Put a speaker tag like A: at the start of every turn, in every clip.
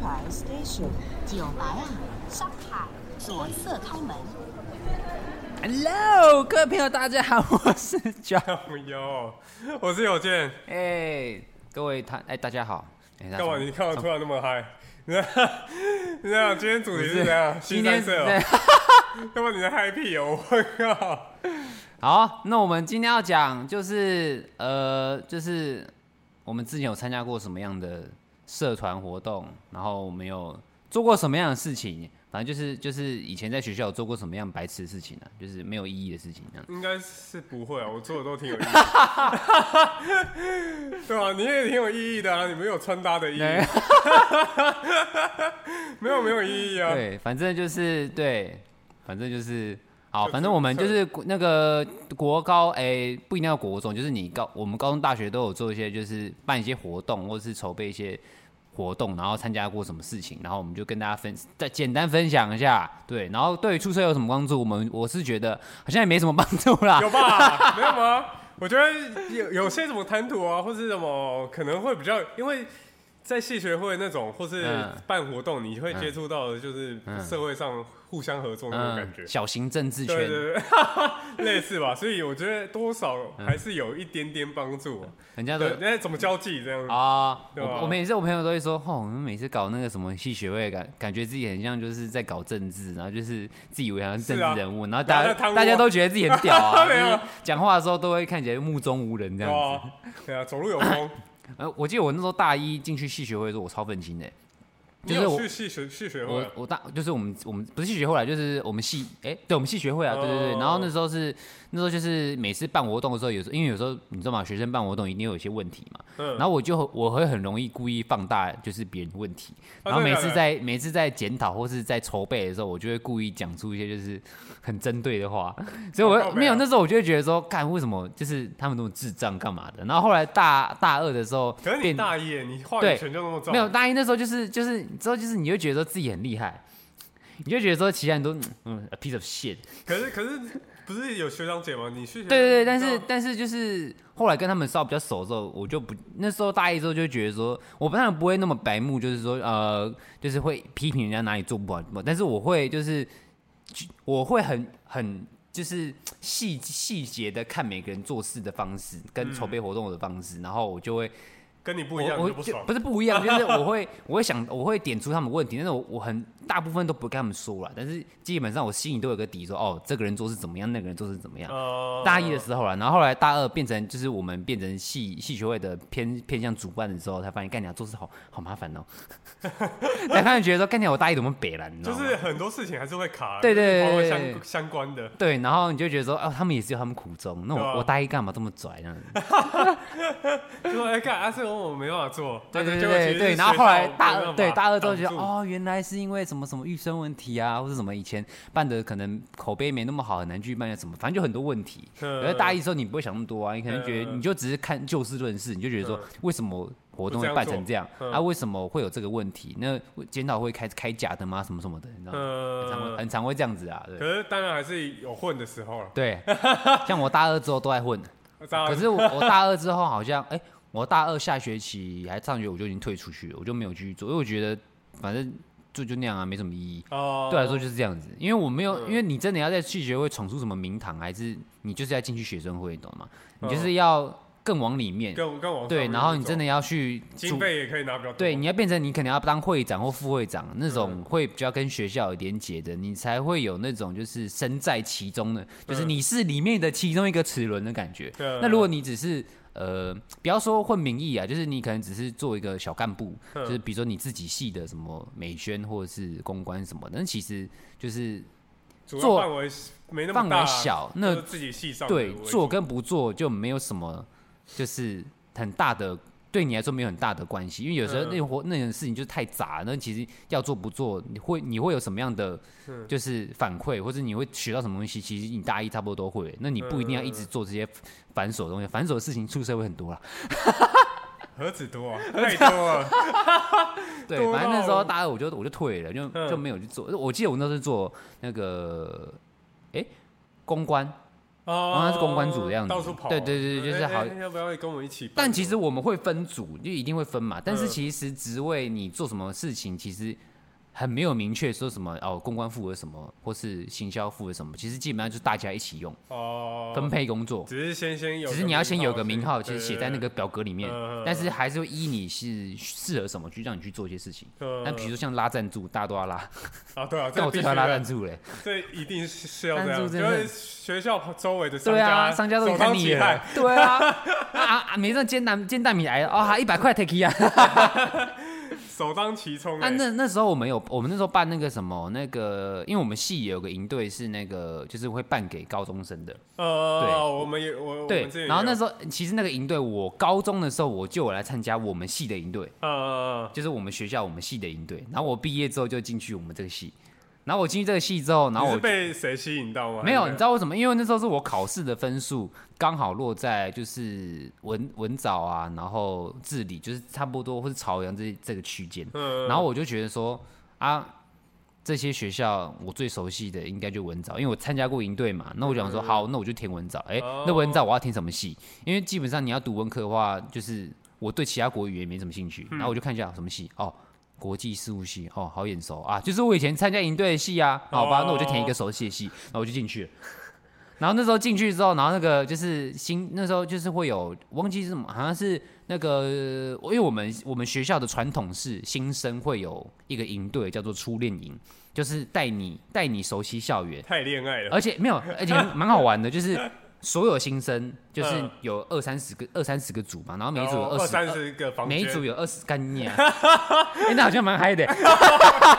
A: 牌 Station 九白啊，上海左侧开门。
B: Hello，各位朋友，大家好，我是 John。
C: 有，我是有健。
B: 哎、各位他哎、大家好。哎大家
C: 干
B: 好
C: 嘛？你看我突然那么嗨？ 你看，你看，今天主题是怎样？
B: 今
C: 新
B: 天
C: 三色哦。 要不然你在嗨屁哦！我靠，
B: 好，那我们今天要讲就是呃，就是我们之前有参加过什么样的社团活动，然后我们有做过什么样的事情，反正就是就是以前在学校有做过什么样白痴的事情啊，就是没有意义的事情这样。
C: 应该是不会啊，我做的都挺 有意义。对吧、你也挺有意义的啊，你没有穿搭的意义，没有没有意义 啊。
B: 对，反正就是对，反正就是好，反正我们就是那个国高哎、不一定要国中，就是你高我们高中、大学都有做一些，就是办一些活动，或是筹备一些活动，然后参加过什么事情，然后我们就跟大家分再简单分享一下，对，然后对于出社有什么帮助，我们我是觉得好像也没什么帮助啦
C: 有。吧？ 没有吗？我觉得有有些什么谈吐啊，或是什么可能会比较，因为在系学会那种或是
B: 嗯
C: 办活动，你会接触到的就是社会上互相合作那种感觉。
B: 嗯小型政治圈，
C: 对对对， 类似吧，所以我觉得多少还是有一点点帮助啊。
B: 人嗯家都
C: 对，那怎么交际这样？
B: 啊，
C: 对吧
B: 我我每次我朋友都会说，哦，我们每次搞那个什么系学会，感感觉自己很像就是在搞政治，然后就是自以为好像是政
C: 是啊
B: 治人物，然后大家
C: 然后在贪污啊
B: 大家都觉得自己很屌啊，就
C: 没有
B: 是讲话的时候都会看起来目中无人这样子。
C: 哇，对啊，走路有风。
B: 呃，我记得我那时候大一进去系学会的时候，我超愤青的、
C: 你
B: 就是
C: 有
B: 我
C: 去系学系学会
B: 我
C: 啊？
B: 我大就是我们我们不是系学会啦，就是我们系哎、对我们系学会啊，对对对。
C: 哦
B: 然后那时候是那时候就是每次办活动的时候，有时候因为有时候你知道吗，学生办活动一定会有一些问题嘛，
C: 嗯
B: 然后我就我会很容易故意放大就是别人的问题，
C: 啊
B: 然后
C: 真
B: 每
C: 的假
B: 次
C: 的
B: 在每次在检讨或是在筹备的时候，我就会故意讲出一些就是很针对的话，所以我
C: 靠
B: 会
C: 北啊
B: 没有那时候我就会觉得说，干为什么就是他们那么智障干嘛的？然后后来大大二的时候
C: 可是你
B: 变
C: 大一耶，你话
B: 对
C: 语权就那么重，
B: 没有大一那时候就是就是你知道就是你会觉得说自己很厉害，你就觉得说其他人都嗯嗯 a piece of shit，
C: 可是可是不是有学长姐吗？你去学
B: 对对对，啊但
C: 知道
B: 是但是就是哦后来跟他们稍微比较熟之后，我就不那时候大一之后就觉得说，我当然不会那么白目，就是说呃，就是会批评人家哪里做不好，但是我会就是我会很很就是细细节的看每个人做事的方式跟筹备活动的方式，然后我就会
C: 跟你不一样，
B: 我我
C: 你就不爽。
B: 不是不一 样，就是我会我会想我会点出他们问题，但是我我很大部分都不跟他们说了，但是基本上我心里都有个底说哦，这个人做事怎么样，那个人做事怎么样。
C: 呃
B: 大一的时候啦，然后后来大二变成就是我们变成系系学会的偏偏向主办的时候，才发现干娘做事好好麻烦哦、 才开始觉得说干娘我大一怎么北哦了，你知
C: 就
B: 道吗？
C: 是很多事情还是会卡，
B: 对对
C: 就是包括
B: 对对对
C: 相相关的。
B: 对，然后你就觉得说哦，他们也是有他们苦衷，那我、
C: 对啊
B: 我大一干嘛这么拽这样子？
C: 就说哎，干，啊，这个我没办法做。
B: 对
C: 啊
B: 对
C: 结果其
B: 对
C: 实
B: 对，
C: 是
B: 然后
C: 学
B: 后来大
C: 校没办
B: 二
C: 法
B: 对大二之后觉得
C: 挡住，
B: 哦，原来是因为什么什么预算问题啊，或是什么以前办的可能口碑没那么好，很难去办什么，反正就很多问题。
C: 嗯
B: 而大一的时候你不会想那么多啊，你可能觉得
C: 嗯
B: 你就只是看就事论事，你就觉得说
C: 嗯
B: 为什么活动会办成这样
C: 嗯
B: 啊？为什么会有这个问题？那检讨会开开假的吗？什么什么的，你知道吗？很常会
C: 呃，
B: 很常会这样子啊，对
C: 可是当然还是有混的时候了。
B: 对，像我大二之后都在混。
C: 大
B: 可是我我大二之后好像，哎、我大二下学期还上学，我就已经退出去了，我就没有继续做，因为我觉得反正就就那样啊，没什么意义。
C: 哦，
B: 对我来说就是这样子，因为我没有，因为你真的要在系学会闯出什么名堂，还是你就是要进去学生会，你懂吗？你就是要嗯更往里面，
C: 跟跟我
B: 对，然后你真的要去
C: 经
B: 主
C: 费也可以拿比较多。嗯
B: 对，你要变成你可能要当会长或副会长那种会比较跟学校有连结的，你才会有那种就是身在其中的，就是
C: 嗯
B: 你是里面的其中一个齿轮的感觉。
C: 对
B: 那如果你只是呃，不要说混名义啊，就是你可能只是做一个小干部，
C: 嗯
B: 就是比如说你自己系的什么美宣或者是公关什么的，那其实就是
C: 主要
B: 做
C: 范围没那么
B: 范
C: 大
B: 围小，
C: 就
B: 那
C: 是自己系上的
B: 对
C: 为主
B: 做跟不做就没有什么，就是很大的对你来说没有很大的关系，因为有时候
C: 嗯
B: 那种活那种事情就太杂，那其实要做不做，你会你会有什么样的
C: 嗯
B: 就是反馈，或者你会学到什么东西，其实你大一差不多都会，那你不一定要一直
C: 嗯
B: 做这些繁琐的东西，繁琐的事情出社会很多啦。
C: 何止 多啊，太多了。
B: 对，
C: 多
B: 反正那时
C: 到
B: 候大二我就我就退了，就就
C: 嗯
B: 没有去做。我记得我那时候做那个，哎、公关，
C: 哦
B: 然后他是公关组的样子
C: 到处跑，
B: 对对对对就是
C: 哎哎
B: 好
C: 要不要跟我一起办？
B: 但其实我们会分组，就一定会分嘛。但是
C: 嗯
B: 其实职位你做什么事情，其实很没有明确说什么哦，公关负责什么，或是行销负责什么。其实基本上就是大家一起用
C: 哦，
B: 分配工作，
C: 只是先先有，
B: 只是你要先有个名号，其实
C: 对
B: 写在那个，表格里面
C: 嗯嗯嗯。
B: 但是还是会依你是适合什么去让你去做一些事情。
C: 那
B: 那比如说像拉赞助，大家都要拉，
C: 啊，嗯 对啊，
B: 但
C: 这
B: 我
C: 必
B: 最
C: 须
B: 讨厌拉
C: 的
B: 赞，助嘞。
C: 这一定是是要这
B: 赞
C: 样，
B: 助
C: 就
B: 真的
C: 是学校周围的
B: 对啊，商家都已
C: 首
B: 经看
C: 当
B: 腻
C: 其
B: 了
C: 害，。
B: 对啊，啊啊啊！每顿煎蛋煎蛋米来了啊，一百块 take 啊。
C: 首当其冲
B: 啊，
C: 哎，
B: 那那时候我们有，我们那时候办那个什么，那个，因为我们系也有个营队是那个，就是会办给高中生的，对
C: 呃，我们也我我
B: 对
C: 们之前。
B: 然后
C: 也
B: 那
C: 有
B: 时候其实那个营队，我高中的时候我就有来参加我们系的营队，
C: 呃，
B: 就是我们学校我们系的营队。然后我毕业之后就进去我们这个系，然后我进去这个系之后，然后
C: 你
B: 我
C: 是被谁吸引到吗？
B: 没有，你知
C: 道
B: 道为什么？因为那时候是我考试的分数刚好落在就是文文藻啊，然后治理就是差不多，或是朝阳这这个区间。
C: 嗯
B: 然后我就觉得说啊，这些学校我最熟悉的应该就文藻，因为我参加过营队嘛。那我想说，好，那我就填文藻。哎、那文藻我要填什么系？因为基本上你要读文科的话，就是我对其他国语也没什么兴趣。然后我就看一下有什么系哦。国际事务系哦，好眼熟啊，就是我以前参加营队的系啊，好吧，那我就填一个熟悉的系，然后我就进去了。然后那时候进去之后，然后那个就是新，那时候就是会有忘记是什么，好像是那个，因为我们我们学校的传统是新生会有一个营队叫做初恋营，就是带你带你熟悉校 园，
C: 太恋爱了，
B: 而且没有，而且蛮好玩的，就是所有新生就是
C: 嗯
B: 有二三十个二三十个组嘛，然后每一
C: 然
B: 组
C: 后
B: 有二
C: 哦二
B: 十
C: 三十个房间，
B: 每一 组有二十干你啊， 哎、那好像蛮嗨的，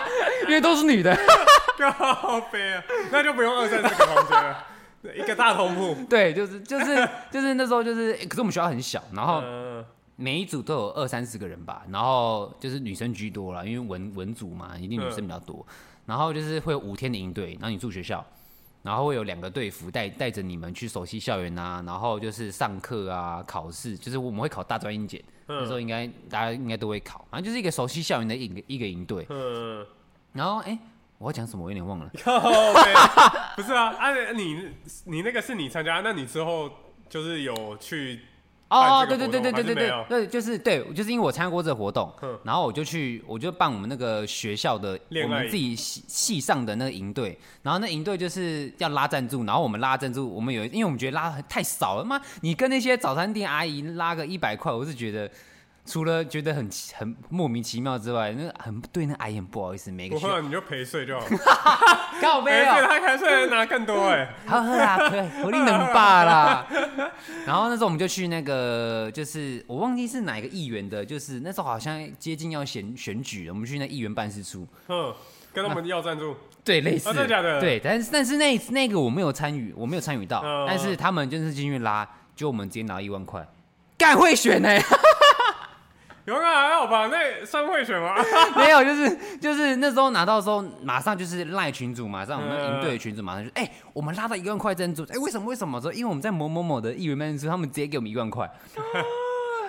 B: 因为都是女的，
C: 好悲啊，那就不用二三十个房间了，一个大 通铺。
B: 对，就是就是就是那时候就是，欸可是我们学校很小，然后
C: 嗯，
B: 每一组都有二三十个人吧，然后就是女生居多啦，因为文文组嘛，一定女生比较多。然后就是会有五天的营队，然后你住学校，然后会有两个队服带带着你们去熟悉校园啊，然后就是上课啊、考试，就是我们会考大专英检，那时候应该大家应该都会考，反正就是一个熟悉校园的一个一个营队。
C: 嗯，
B: 然后哎、我要讲什么我有点忘了。
C: 靠北，不是啊，啊你你那个是你参加，那你之后就是有去
B: 哦哦，
C: 办这
B: 对
C: 个
B: 对
C: 活
B: 对
C: 动
B: 对对对
C: 还是没有
B: 对对，就是对，就是因为我参加过这个活动
C: 嗯，
B: 然后我就去，我就办我们那个学校的
C: 恋
B: 我
C: 爱
B: 们自己系系上的那个营队，然后那营队就是要拉赞助，然后我们拉赞助，我们有，因为我们觉得拉很太少了，妈，你跟那些早餐店阿姨拉个一百块，我是觉得。除了觉得很奇很莫名其妙之外，那很对那阿姨很不好意思，每个
C: 不
B: 学
C: 会啊，你就陪睡就好。
B: 告
C: 哎，
B: 杯
C: 所以
B: 哦，
C: 他还是拿更多哎。
B: 好喝啦，可以，我力能霸啦。然后那时候我们就去那个，就是我忘记是哪个议员的，就是那时候好像接近要选选举了，我们去那议员办事处，
C: 嗯，跟他们要赞助，
B: 对，类似，
C: 啊真的假的
B: 对，但是但是那那个我没有参与，我没有参与到，
C: 嗯
B: 但是他们就是进去拉，就我们直接拿一万块，干会选欸呢、
C: 有啊，还好吧？那算会选吗？
B: 没有，就是就是那时候拿到的时候，马上就是赖群主，马上我们
C: 嗯
B: 营队的群主马上就，哎、我们拉到一万块赞助，哎、为什么为什么？说因为我们在某某某的议员办事处，他们直接给我们一万块，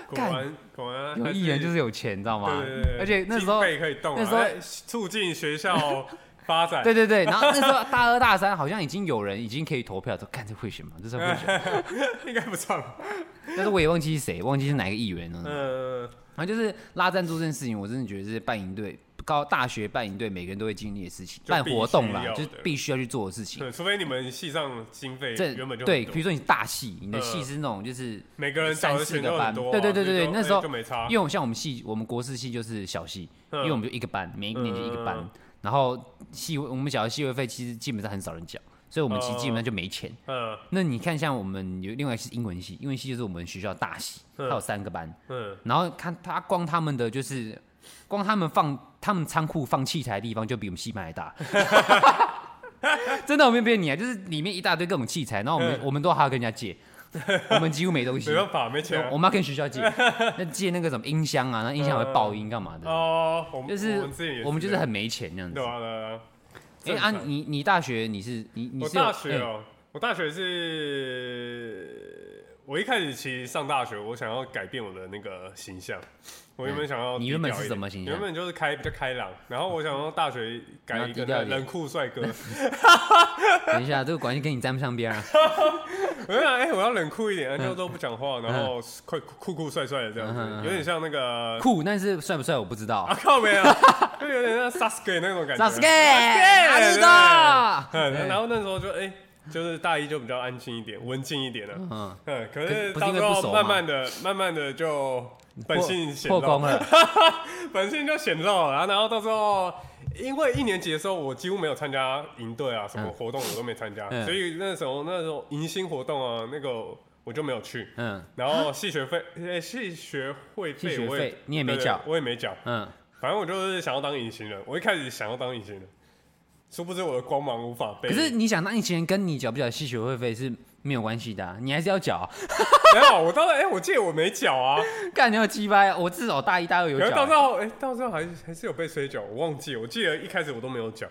C: 果然果 然
B: 有
C: 还
B: 议员就是有钱，你知道吗？
C: 对对对，
B: 而且那时候，
C: 经费可以动啊，
B: 那时候
C: 哎促进 学校发展。
B: 对对对，然后那时候大二大三好像已经有人已经可以投票，说看这会选吗？这是会选，
C: 应该不算吧？
B: 但是我也忘记是谁，忘记是哪个议员了。
C: 嗯，
B: 然后就是拉赞助这件事情，我真的觉得是办营队。高大学办营队，每个人都会经历的事情，
C: 就
B: 办
C: 必须
B: 活动啦
C: 要，
B: 就是
C: 的
B: 必须要去做的事情。
C: 对，除非你们系上经费
B: 这
C: 原本就很
B: 对，
C: 多
B: 比如说你大戏，你的
C: 嗯
B: 戏是那种就是
C: 每个人找
B: 三
C: 的
B: 四
C: 选
B: 个
C: 都很
B: 班，
C: 多啊，
B: 对对对
C: 所以
B: 对对，
C: 就
B: 那
C: 哎
B: 时候
C: 就没差，
B: 因为我们像我们系，我们国四系就是小系，
C: 嗯
B: 因为我们就一个班，每一年就一个班，然后系我们小的系会费其实基本上很少人缴，所以我们其实基本上就没钱。
C: 嗯
B: 那你看，像我们有另外一个是英文系，英文系就是我们学校的大系，它
C: 嗯
B: 有三个班，
C: 嗯，
B: 然后看他光他们的就是光他们放他们仓库放器材的地方就比我们戏班还大。 真的，我没有骗你啊，就是里面一大堆各种器材，然后我们、
C: 嗯
B: 我们都还要跟人家借，我们几乎没东 西
C: 没，办法，没钱啊
B: 我们要跟学校借，那借那个什么音箱啊，那音箱还会爆音干嘛的，
C: 哦，我们
B: 就是
C: 我们之前也
B: 我们就是
C: 这样
B: 很没钱这样子
C: 对。啊对啊
B: 哎、
C: 对
B: 啊
C: 啊，正，常
B: 你你大学你是你你
C: 我哦
B: 是有
C: 大学
B: 哎
C: 哦，我大学是，我我一开始其实上大学，我想要改变我的那个形象。我原本想要
B: 嗯你
C: 低
B: 原本
C: 调
B: 是
C: 一
B: 什么
C: 点
B: 形
C: 原
B: 象
C: 本就是开比较开朗，然后我想要大学
B: 你
C: 改
B: 要
C: 一
B: 低
C: 个
B: 调一点
C: 冷酷 帅哥。
B: 等一下，这个关系跟你沾不上 边啊。
C: 我就想，哎、我要冷酷一点，就都不讲话，然后快酷酷帅帅的这样
B: 嗯
C: 子，
B: 嗯嗯嗯
C: 有点像那个
B: 酷，但是帅不帅我不知
C: 啊
B: 道。
C: 靠没有，就有点像 Sasuke 那种感觉。
B: 老师给，阿
C: 对
B: 知 道。
C: 嗯，然后那时候就哎、就是大一就比较安静一点，文静一点了、啊。
B: 嗯，
C: 嗯，可
B: 可是
C: 是
B: 不是
C: 到
B: 因为
C: 时
B: 不
C: 候
B: 熟
C: 慢
B: 吗
C: 慢的、慢慢的就本性显
B: 破
C: 露，
B: 破功了。
C: 本性就显露了。然后然后到时候，因为一年级的时候我几乎没有参加营队啊，什么
B: 嗯
C: 活动我都没参加，
B: 嗯
C: 所以那时候那时候迎新活动啊，那个我就没有去。
B: 嗯
C: 然后系学费，呃，系学会
B: 系
C: 费
B: 学
C: 我也
B: 费你也没
C: 对对
B: 缴
C: 我也没缴。
B: 嗯，
C: 反正我就是想要当隐形人，我一开始想要当隐形人，殊不知我的光芒无法被。
B: 可是你想当以前跟你缴不缴系学会费是没有关系的啊，你 还是要缴啊。
C: 没有，我到时候哎、我记得我没缴啊，
B: 干你要鸡掰啊，我至少大一大二有
C: 可是
B: 缴
C: 到时。候哎、到时候还还是有被催缴，我忘记，我记得一开始我都没有缴。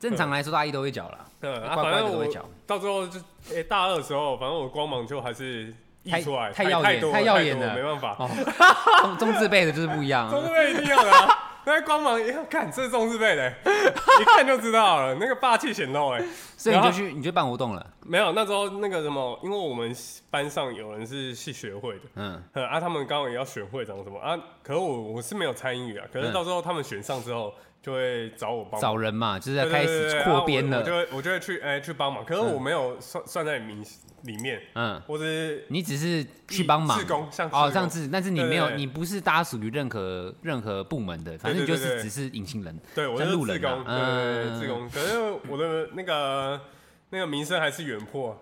B: 正常来说大一都会缴了，
C: 嗯，
B: 乖
C: 啊、反
B: 乖的
C: 正
B: 都会
C: 我
B: 缴。
C: 到最后就哎、大二的时候，反正我光芒就还是溢出来，
B: 太太
C: 太
B: 耀眼
C: 多
B: 太
C: 太
B: 耀
C: 多
B: 眼了哦
C: 没办法，
B: 中中字辈的就是不一样
C: 中
B: 啊。
C: 字辈一定要的、啊。那光芒，哎看这是中字辈的、 一看就知道了，那个霸气显露哎、
B: 所以你就
C: 然后
B: 去你就办活动了。
C: 没有，那时候那个什么，因为我们班上有人是系学会的，
B: 嗯，
C: 呃 啊，他们刚好也要选会长什么啊，可是我我是没有参与啊，可是
B: 嗯
C: 到时候他们选上之后就会找我帮忙，
B: 找人嘛，就是要
C: 对
B: 开始扩编
C: 对对
B: 了。
C: 对啊我我就会我就会去哎、去帮忙，可是我没有算算在名里面，
B: 嗯，
C: 我只是
B: 你只是去帮忙
C: 志工像志工
B: 哦，上次，但是你没有
C: 对，对对
B: 你不是搭属于任何任何部门的，反正你就
C: 对对
B: 是
C: 对
B: 只是隐形人，
C: 对我
B: 像
C: 是
B: 路
C: 志
B: 人
C: 工，
B: 啊，
C: 对对对
B: 嗯，
C: 对志工，可是我的那个那个名声还是远破，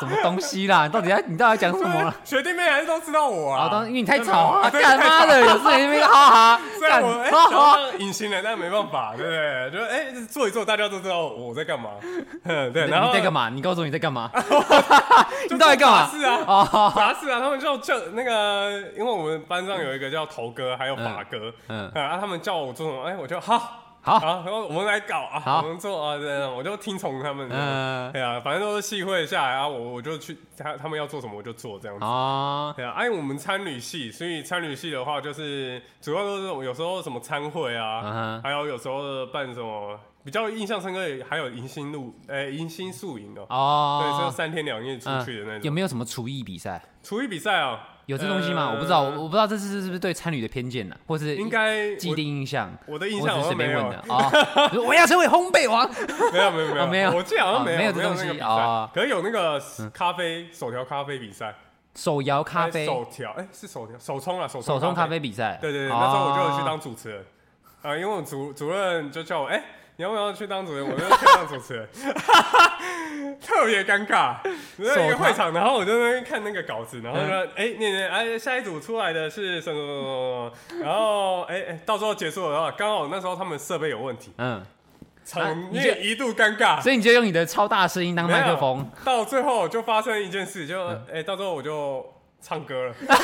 B: 什么东西啦？你到底要你到底要讲什么啦？
C: 学弟妹还是都知道我啊，
B: 好，当因为你太
C: 真的哦
B: 吵啊！
C: 对
B: 干哦妈 的，有事你那个哈哈，
C: 虽然
B: 干
C: 我
B: 哈
C: 哎，想要
B: 哈，
C: 当隐形人，但没办法，对不对？就是哎、做一做，大家都知道我在干嘛。嗯，对，
B: 你
C: 然后
B: 你在干嘛？你告诉我你在干 嘛？
C: 就
B: 你到底干嘛
C: 做杂事啊，
B: 哦，
C: 杂事啊，他们就叫那个，因为我们班上有一个叫头哥，还有法哥，
B: 嗯
C: 嗯，啊，他们叫我做什么，哎，我就好，
B: 好
C: 好，然后我们来搞啊
B: 好，
C: 我们做啊，这样，我就听从他们。
B: 嗯
C: 对啊，反正都是系会下来啊，我我就去他他们要做什么我就做这样子。
B: 哦，
C: 对啊，哎、我们参旅系，所以参旅系的话，就是主要都是有时候什么参会啊
B: 嗯哼
C: 还有有时候办什么比较印象深刻的，还有迎新露，呃、迎新宿营哦、对，就
B: 哦，
C: 三天两夜出去的那
B: 嗯，有
C: 种。
B: 没有什么厨艺比赛？
C: 厨艺比赛啊，
B: 有这东西吗？
C: 呃
B: 我不知道，我我不知道这是是不是对参与的偏见呢，啊或是
C: 应该
B: 既定印象？
C: 我的印象
B: 我只是
C: 好
B: 随
C: 像没
B: 便
C: 有
B: 问的 哦，我要成为烘焙王。
C: 没有没有没有、
B: 哦没有
C: 我记得好像没有、
B: 哦没有
C: 有
B: 这
C: 没有
B: 东西
C: 那个比赛、
B: 哦
C: 可是有那个咖啡、手调咖啡比赛，
B: 手摇咖啡
C: 哎、手调哎、是手调手冲啊，手
B: 手冲咖
C: 咖
B: 啡比赛。
C: 对对对，
B: 哦
C: 那时候我就有去当主持人，啊、因为我主主任就叫我，哎、你要不要去当主任？我就去当主持 人，特别尴尬。在一个会场，然后我就在那边看那个稿子，然后
B: 嗯
C: 呢，哎、念念，哎，下一组出来的是什么什么什么什么，然后哎哎、到时候结束的话，刚好那时候他们设备有问题，
B: 嗯，
C: 场
B: 你就
C: 面一度尴尬。
B: 所以你就用你的超大声音当
C: 没有
B: 麦克风。
C: 到最后就发生一件事，就哎、到最后我就唱歌 了。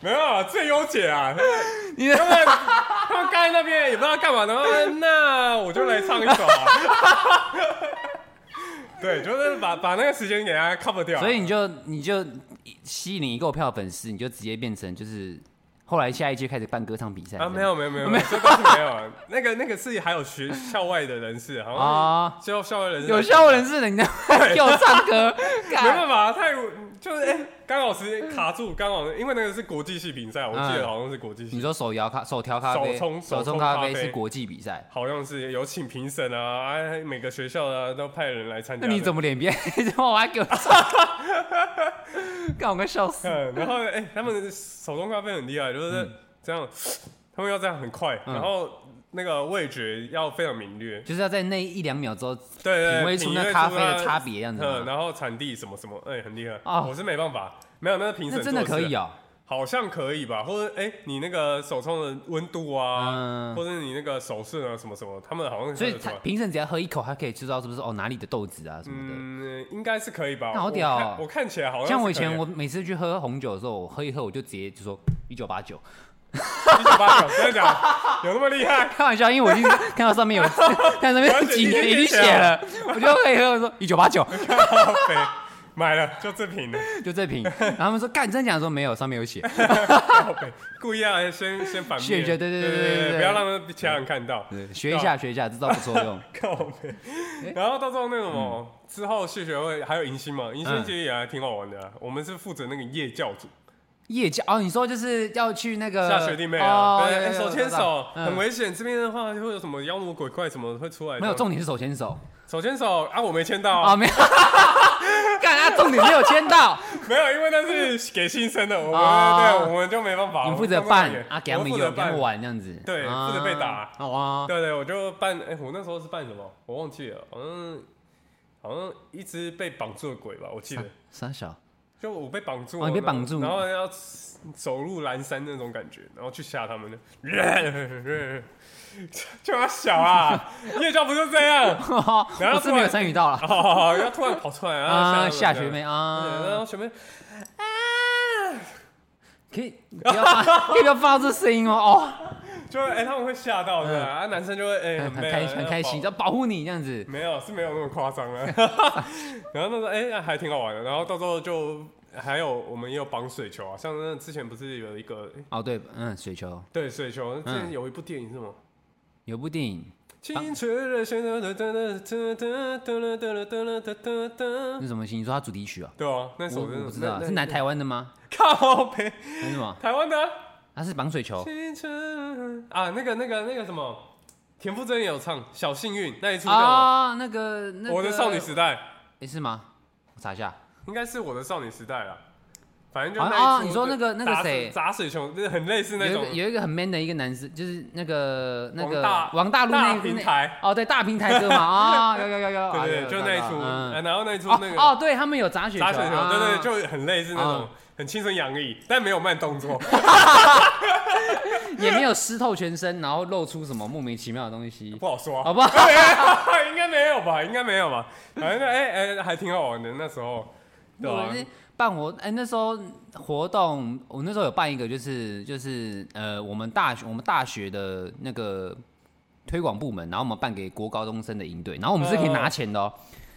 C: 没有啊，最优解啊，
B: 你
C: 他们他们刚才那边也不知道干嘛，然后那我就来唱一首啊。 对，就是把把那个时间给他 cover 掉。啊
B: 所以你就你就吸引一够票粉丝，你就直接变成就是后来下一届开始办歌唱比赛
C: 啊，没有没有没有没有，这倒是没有啊。那个那个是还有学校外的人士，好像
B: 啊，
C: 校校外人士
B: 有效人士的，你 那给我唱歌，
C: 没
B: 干
C: 办法，太就是哎，刚、好时间卡住，刚好因为那个是国际系比赛，我记得
B: 嗯
C: 好像是国际系。
B: 你说手摇咖手调咖啡
C: 手冲
B: 手
C: 手
B: 冲
C: 冲
B: 咖
C: 咖
B: 啡
C: 啡
B: 是国际比赛，
C: 好像是有请评审啊，哎每个学校啊都派人来参加
B: 那
C: 的。
B: 你怎么脸变？ 然后我还给我唱， 干我快笑死！
C: 嗯，然后哎、他们手动咖啡很厉害，
B: 嗯
C: 就是这样，他们要这样很快，然后那个味觉要非常敏锐，
B: 就是要在那一两秒之后品
C: 对对，
B: 味
C: 对
B: 出
C: 品
B: 那
C: 味
B: 咖啡的
C: 它
B: 差别，这样子
C: 嗯，
B: 吗？
C: 然后产地什么什么，哎、很厉害
B: 哦
C: 我是没办法，没有那个评审
B: 那真的
C: 做
B: 可
C: 事啊
B: 以哦，
C: 好像可以吧，或者哎、你那个手冲的温度啊，
B: 嗯
C: 或者你那个手势啊什么什么，他们好像
B: 所以
C: 看得出
B: 他
C: 来
B: 评审只要喝一口，他可以知道是不是哦哪里的豆子啊什么的。
C: 嗯，应该是可以吧，
B: 那好
C: 我
B: 屌
C: 看
B: 哦
C: 我看起来好像
B: 像我以
C: 是可
B: 前，
C: 以啊
B: 我每次去喝红酒的时候，我喝一喝我就直接就说一九八九，
C: 1989真的 假的？有那么厉害？
B: 开玩笑，因为我已经看到上面有 看到上面有几年已经写了，我就可以喝我说一九八九，
C: 靠北买了就这瓶了，
B: 就这瓶。然后他们说干真假的说没有，上面有写。
C: 啊靠北故意要先先反
B: 学
C: 面，
B: 一下对对
C: 对
B: 对对对对
C: 不要让其他人看到。
B: 对学一下学一下，这招不错用。
C: 靠北然后到时候那
B: 嗯
C: 个什么之后，谢学会还有迎新嘛，迎新其实也还挺好玩的啊。我们是负责那个夜教组，
B: 夜教哦，你说就是要去那个
C: 下学弟妹啊，
B: 哦
C: 对，哎
B: 有有
C: 手牵
B: 有
C: 手
B: 嗯
C: 很危险，这边的话就会有什么妖魔鬼怪什么会出来的。
B: 没有，重点是手牵手
C: 手牵手啊，我没牵到
B: 啊，
C: 啊，
B: 没有。 干啊，重点没有签到，
C: 没有，因为那是给新生的，我们
B: 哦
C: 对，我们就没办法。
B: 你
C: 我
B: 负责
C: 公关
B: 办
C: 人员
B: 啊，给他们
C: 我负
B: 有
C: 责
B: 给他
C: 办
B: 们。玩这样子，
C: 对
B: 啊
C: 负责被打
B: 好啊，
C: 对对，我就办，哎，我那时候是办什么？我忘记了，好像好像一只被绑住的鬼吧，我记得。
B: 傻小，
C: 就我被绑住了，
B: 啊哦你被绑住
C: 然后要走入蓝山那种感觉，然后去吓他们 的，就要小啊，夜校不就这样？然后
B: 我
C: 突
B: 是
C: 然
B: 没有参与到了
C: 哦，要突然跑出来
B: 啊，
C: 啊，
B: 下
C: 吓
B: 学妹
C: 啊，对然
B: 啊，
C: 后学妹
B: 可以不要发，可以不要发出声音吗？ 哦，
C: 就会哎他们会吓到对啊，啊男生就会哎
B: 很
C: 很
B: 开心，很开心，要
C: 抱
B: 保护你这样子，
C: 没有是没有那么夸张啊。然后那时候哎还挺好玩的，然后到时候就还有我们也有绑水球啊，像那之前不是有一个哎
B: 哦对，嗯，水球
C: 对水球，之前
B: 嗯
C: 有一部电影是吗？
B: 有部电影
C: 青春的旋律，哒哒哒哒哒哒哒哒哒哒
B: 那什么戏？你说它主题曲啊？
C: 对啊，那
B: 我
C: 首
B: 我
C: 真的
B: 不知道，
C: 那
B: 是
C: 那
B: 来台湾的吗？
C: 靠北
B: 还是什么？
C: 台湾的啊
B: 它是绑水球
C: 青春啊，那个那个那个什么，田馥甄也有唱《小幸运》那一出叫什么
B: 啊？那个那个
C: 我的少女时代》，
B: 诶是吗？我查一下。
C: 应该是我的少女时代啦。反正就
B: 啊
C: 那一
B: 啊
C: 出
B: 你说那个那
C: 就
B: 个
C: 砸
B: 谁
C: 水砸水球，就是很类似那
B: 有一
C: 种
B: 个。有一个很 man 的一个男生，就是那个那个
C: 王大
B: 王大陆那
C: 大
B: 个
C: 平台
B: 哦，对大平台哥嘛啊，有有有有，
C: 对
B: 啊
C: 对，
B: 有
C: 就
B: 有
C: 那一
B: 有有
C: 出，
B: 嗯
C: 啊然后那一出那
B: 哦
C: 个
B: 哦，对他们有砸雪
C: 砸水球，
B: 啊
C: 对对，就很类似那
B: 嗯
C: 种很青春洋溢，但没有慢动作。
B: 也没有湿透全身，然后露出什么莫名其妙的东 西，
C: 不好说啊，哎
B: 好不好？
C: 应该没有吧？应该没有吧？反正就哎哎、还挺好玩的那时候，对啊吧、
B: 我是办活，哎、那时候活动，我那时候有办一个、就是，就是呃，我们大学我们大学的那个推广部门，然后我们办给国高中生的营队，然后我们是可以拿钱的哦、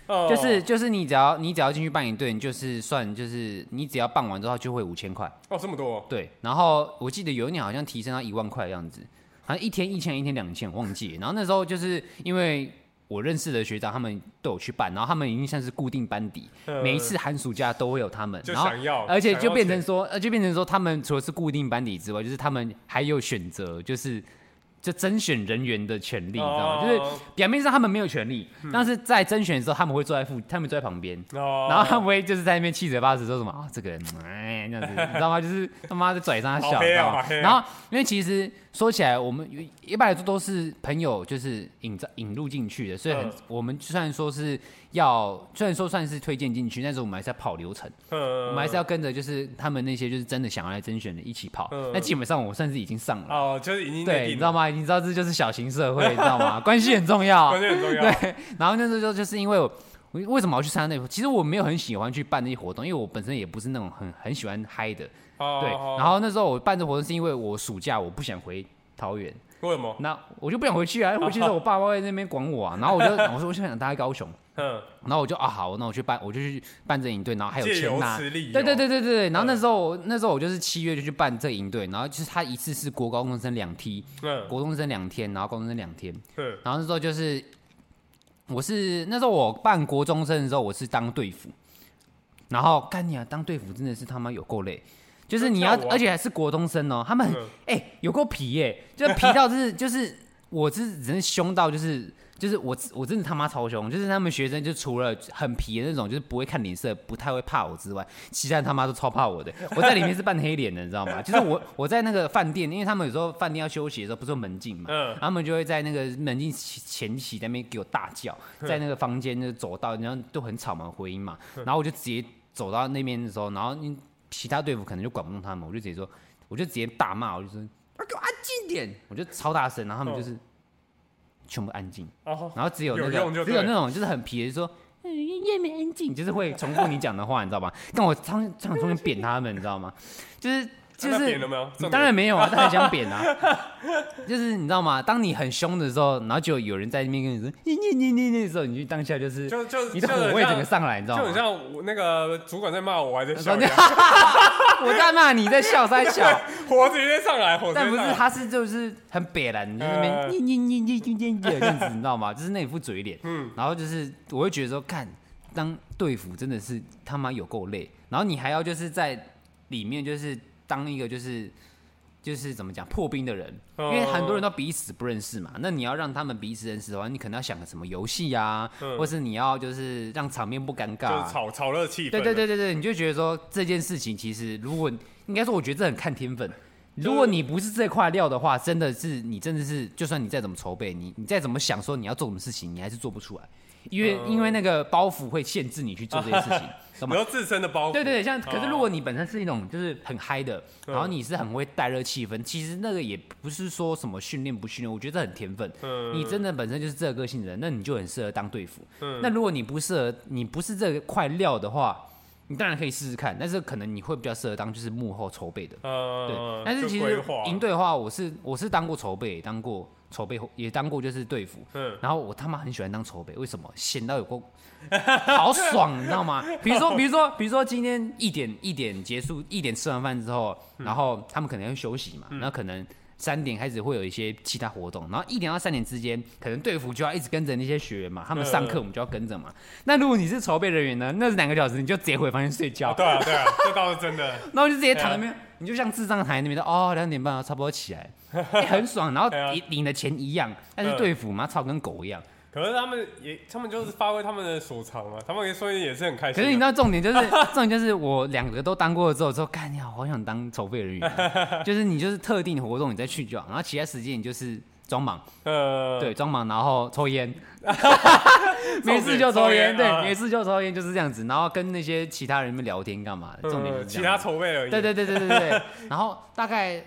C: 哦
B: 就是就是你只要你只要进去办营队，你就是算就是你只要办完之后就会五千块，
C: 哦这么多，
B: 对，然后我记得有一年好像提升到一万块的样子，好像一天一千，一天两千，我忘记了。然后那时候就是因为我认识的学长他们都有去办，然后他们已经算是固定班底，
C: 嗯
B: 每一次寒暑假都会有他们，
C: 就
B: 然后
C: 想要
B: 而且
C: 想
B: 就
C: 要
B: 变
C: 钱
B: 成说，呃，就变成说他们除了是固定班底之外，就是他们还有选择，就是。就甄选人员的权利，你知道吗？就是
C: 哦嗯
B: 表面上他们没有权利，但是在甄选的时候，他们会坐在附，他们坐在旁边，
C: 哦，
B: 然后他不会就是在那边七嘴八舌说什么啊，这个人哎 这样子，你知道吗？就是他妈在拽上他
C: 好
B: 笑，
C: 黑
B: 你
C: 啊
B: 知道
C: 好
B: 吗？
C: 黑啊
B: 然后因为其实说起来，我们一般来说都是朋友，就是引着引入进去的，所以很
C: 嗯
B: 我们虽然说是要，虽然说算是推荐进去，但是我们还是要跑流程，
C: 嗯
B: 我们还是要跟着就是他们那些就是真的想要来甄选的一起跑
C: 嗯。
B: 那基本上我算是已经上了。
C: 哦，就是已经内
B: 对，
C: 定
B: 你知道吗？你知道这就是小型社会，你知道吗？ 关系很重要，
C: 关键很重要，
B: 对， 然后那时候就是因为我我为什么要去参加那个？其实我没有很喜欢去办那些活动，因为我本身也不是那种很很喜欢嗨的。
C: 哦
B: 对，
C: 哦
B: 然后那时候我办这活动是因为我暑假我不想回桃园，
C: 为什么？
B: 那我就不想回去啊，回去之后我爸妈会在那边管我啊，然后我就我说我就想待在高雄，
C: 嗯，
B: 然后我就啊好，那我去办，我就去办这营队，然后还有
C: 借由
B: 钱拿。
C: 此理由，嗯
B: 对对对对对对，然后那时候我那时候我就是七月就去办这营队，然后就是他一次是国高中生两梯，
C: 嗯，
B: 国中生两天，然后高中生两天，
C: 嗯
B: 然后那时候就是，我是那时候我办国中生的时候，我是当队服，然后干你啊，当队服真的是他妈有够累，就是你要
C: 那跳舞，啊
B: 而且还是国中生哦，他们很
C: 嗯
B: 哎、有够皮耶、就是皮到就是就是我是真的凶到就是。就是我，我真的他妈超凶！就是他们学生，就除了很皮的那种，就是不会看脸色、不太会怕我之外，其他人他妈都超怕我的。 我在里面是扮黑脸的，你知道吗？就是我， 我在那个饭店，因为他们有时候饭店要休息的时候，不是有门禁嘛，
C: 嗯
B: 他们就会在那个门禁前期在那边给我大叫，在那个房间的走道，然后都很吵嘛，回音嘛，然后我就直接走到那边的时候，然后因其他队伍可能就管不动他们，我就直接说，我就直接大骂，我就说，啊给我安静点，我就超大声，然后他们就是全部安静，
C: 哦，
B: 然后只有那
C: 有用就
B: 个只
C: 对
B: 有那种就是很皮的说。嗯，夜没安静，就是会重复你讲的话，你知道吗？但我常常中间扁他们，你知道吗？就是就
C: 啊那
B: 是
C: 扁了没有重点
B: 当然没有 啊，当然想扁啊。就是你知道吗？当你很凶的时候，然后就有人在那边跟你说你你你你你的时候，你就当下就是
C: 就就
B: 你的
C: 就很
B: 火味
C: 像
B: 整个上来，你知道
C: 就很
B: 吗？
C: 像我那个主管在骂我，我还在
B: 他说
C: 笑 一
B: 你
C: 样，
B: 我在骂你，在笑，在笑。
C: 火直接上来，火直
B: 但
C: 接
B: 不
C: 上
B: 是，
C: 来。
B: 他是就是很北然，你就在那边
C: 呃
B: 你你你你你你你的样子，你知道吗？就是那副嘴脸。
C: 嗯，
B: 然后就是我会觉得说，看当队服真的是他妈有够累，然后你还要就是在里面就是当一个就是就是怎么讲破冰的人，因为很多人都彼此不认识嘛，那你要让他们彼此认识的话，你可能要想个什么游戏啊，
C: 嗯
B: 或是你要就是让场面不尴尬、
C: 就是
B: 啊。
C: 炒炒热气氛。
B: 对对，对对对，你就觉得说这件事情其实如果应该说，我觉得这很看天分。如
C: 呃
B: 果你不是这块料的话，真的是你真的是，就算你再怎么筹备，你你再怎么想说你要做什么事情，你还是做不出来，因
C: 呃
B: 为、因为那个包袱会限制你去做这件事情，懂
C: 你
B: 吗？
C: 说自身的包袱。
B: 对对对，像可是如
C: 哦嗯
B: 果你本身是一种就是很嗨的，然后你是很会带热气氛，其实那个也不是说什么训练不训练，我觉得这很天分。
C: 嗯
B: 你真的本身就是这个个性的人，那你就很适合当队服。那如果你不适合，你不是这块料的话，你当然可以试试看，但是可能你会比较适合当就是幕后筹备的。对
C: 呃，，
B: 但是
C: 就
B: 其
C: 规
B: 实
C: 划
B: 营队的话，我是我是当过筹备，也当过筹备，也当过就是队服。
C: 嗯
B: 然后我他妈很喜欢当筹备，为什么？闲到有够好爽，你知道吗？比如说，比如说，比如说今天一点一点结束，一点吃完饭之后，然后他们可能要休息嘛，
C: 嗯
B: 然后可能。三点开始会有一些其他活动，然后一点到三点之间，可能队服就要一直跟着那些学员嘛，他们上课
C: 嗯
B: 我们就要跟着嘛。那如果你是筹备人员呢，那两个小时你就直接回房间睡觉
C: 啊，，对啊嗯对啊， 这倒是真的。
B: 然后就直接躺在那边，你就像智障躺在那边的哦，两点半了，差不多起 来，欸很爽。然后
C: 对啊
B: 领领的钱一样，但是
C: 嗯
B: 队服嘛，操跟狗一样。
C: 可是他们也，他们就是发挥他们的所长啊，他们所以也是很开
B: 可
C: 心啊。
B: 是你知道重点就是重点就是我两个都当过了之后，之后干你好，好想当筹备人员，啊 就是你就是特定的活动你再去就好，然后其他时间你就是装忙，
C: 呃，
B: 对，装忙，然后抽 烟，
C: 点
B: 没事就抽烟，
C: 抽烟
B: 对，
C: 啊
B: 没事就抽烟就是这样子，然后跟那些其他人们聊天干嘛的，
C: 呃，
B: 重点就是
C: 其
B: 这样
C: 他筹备而已。
B: 对对对对对对。 然后大概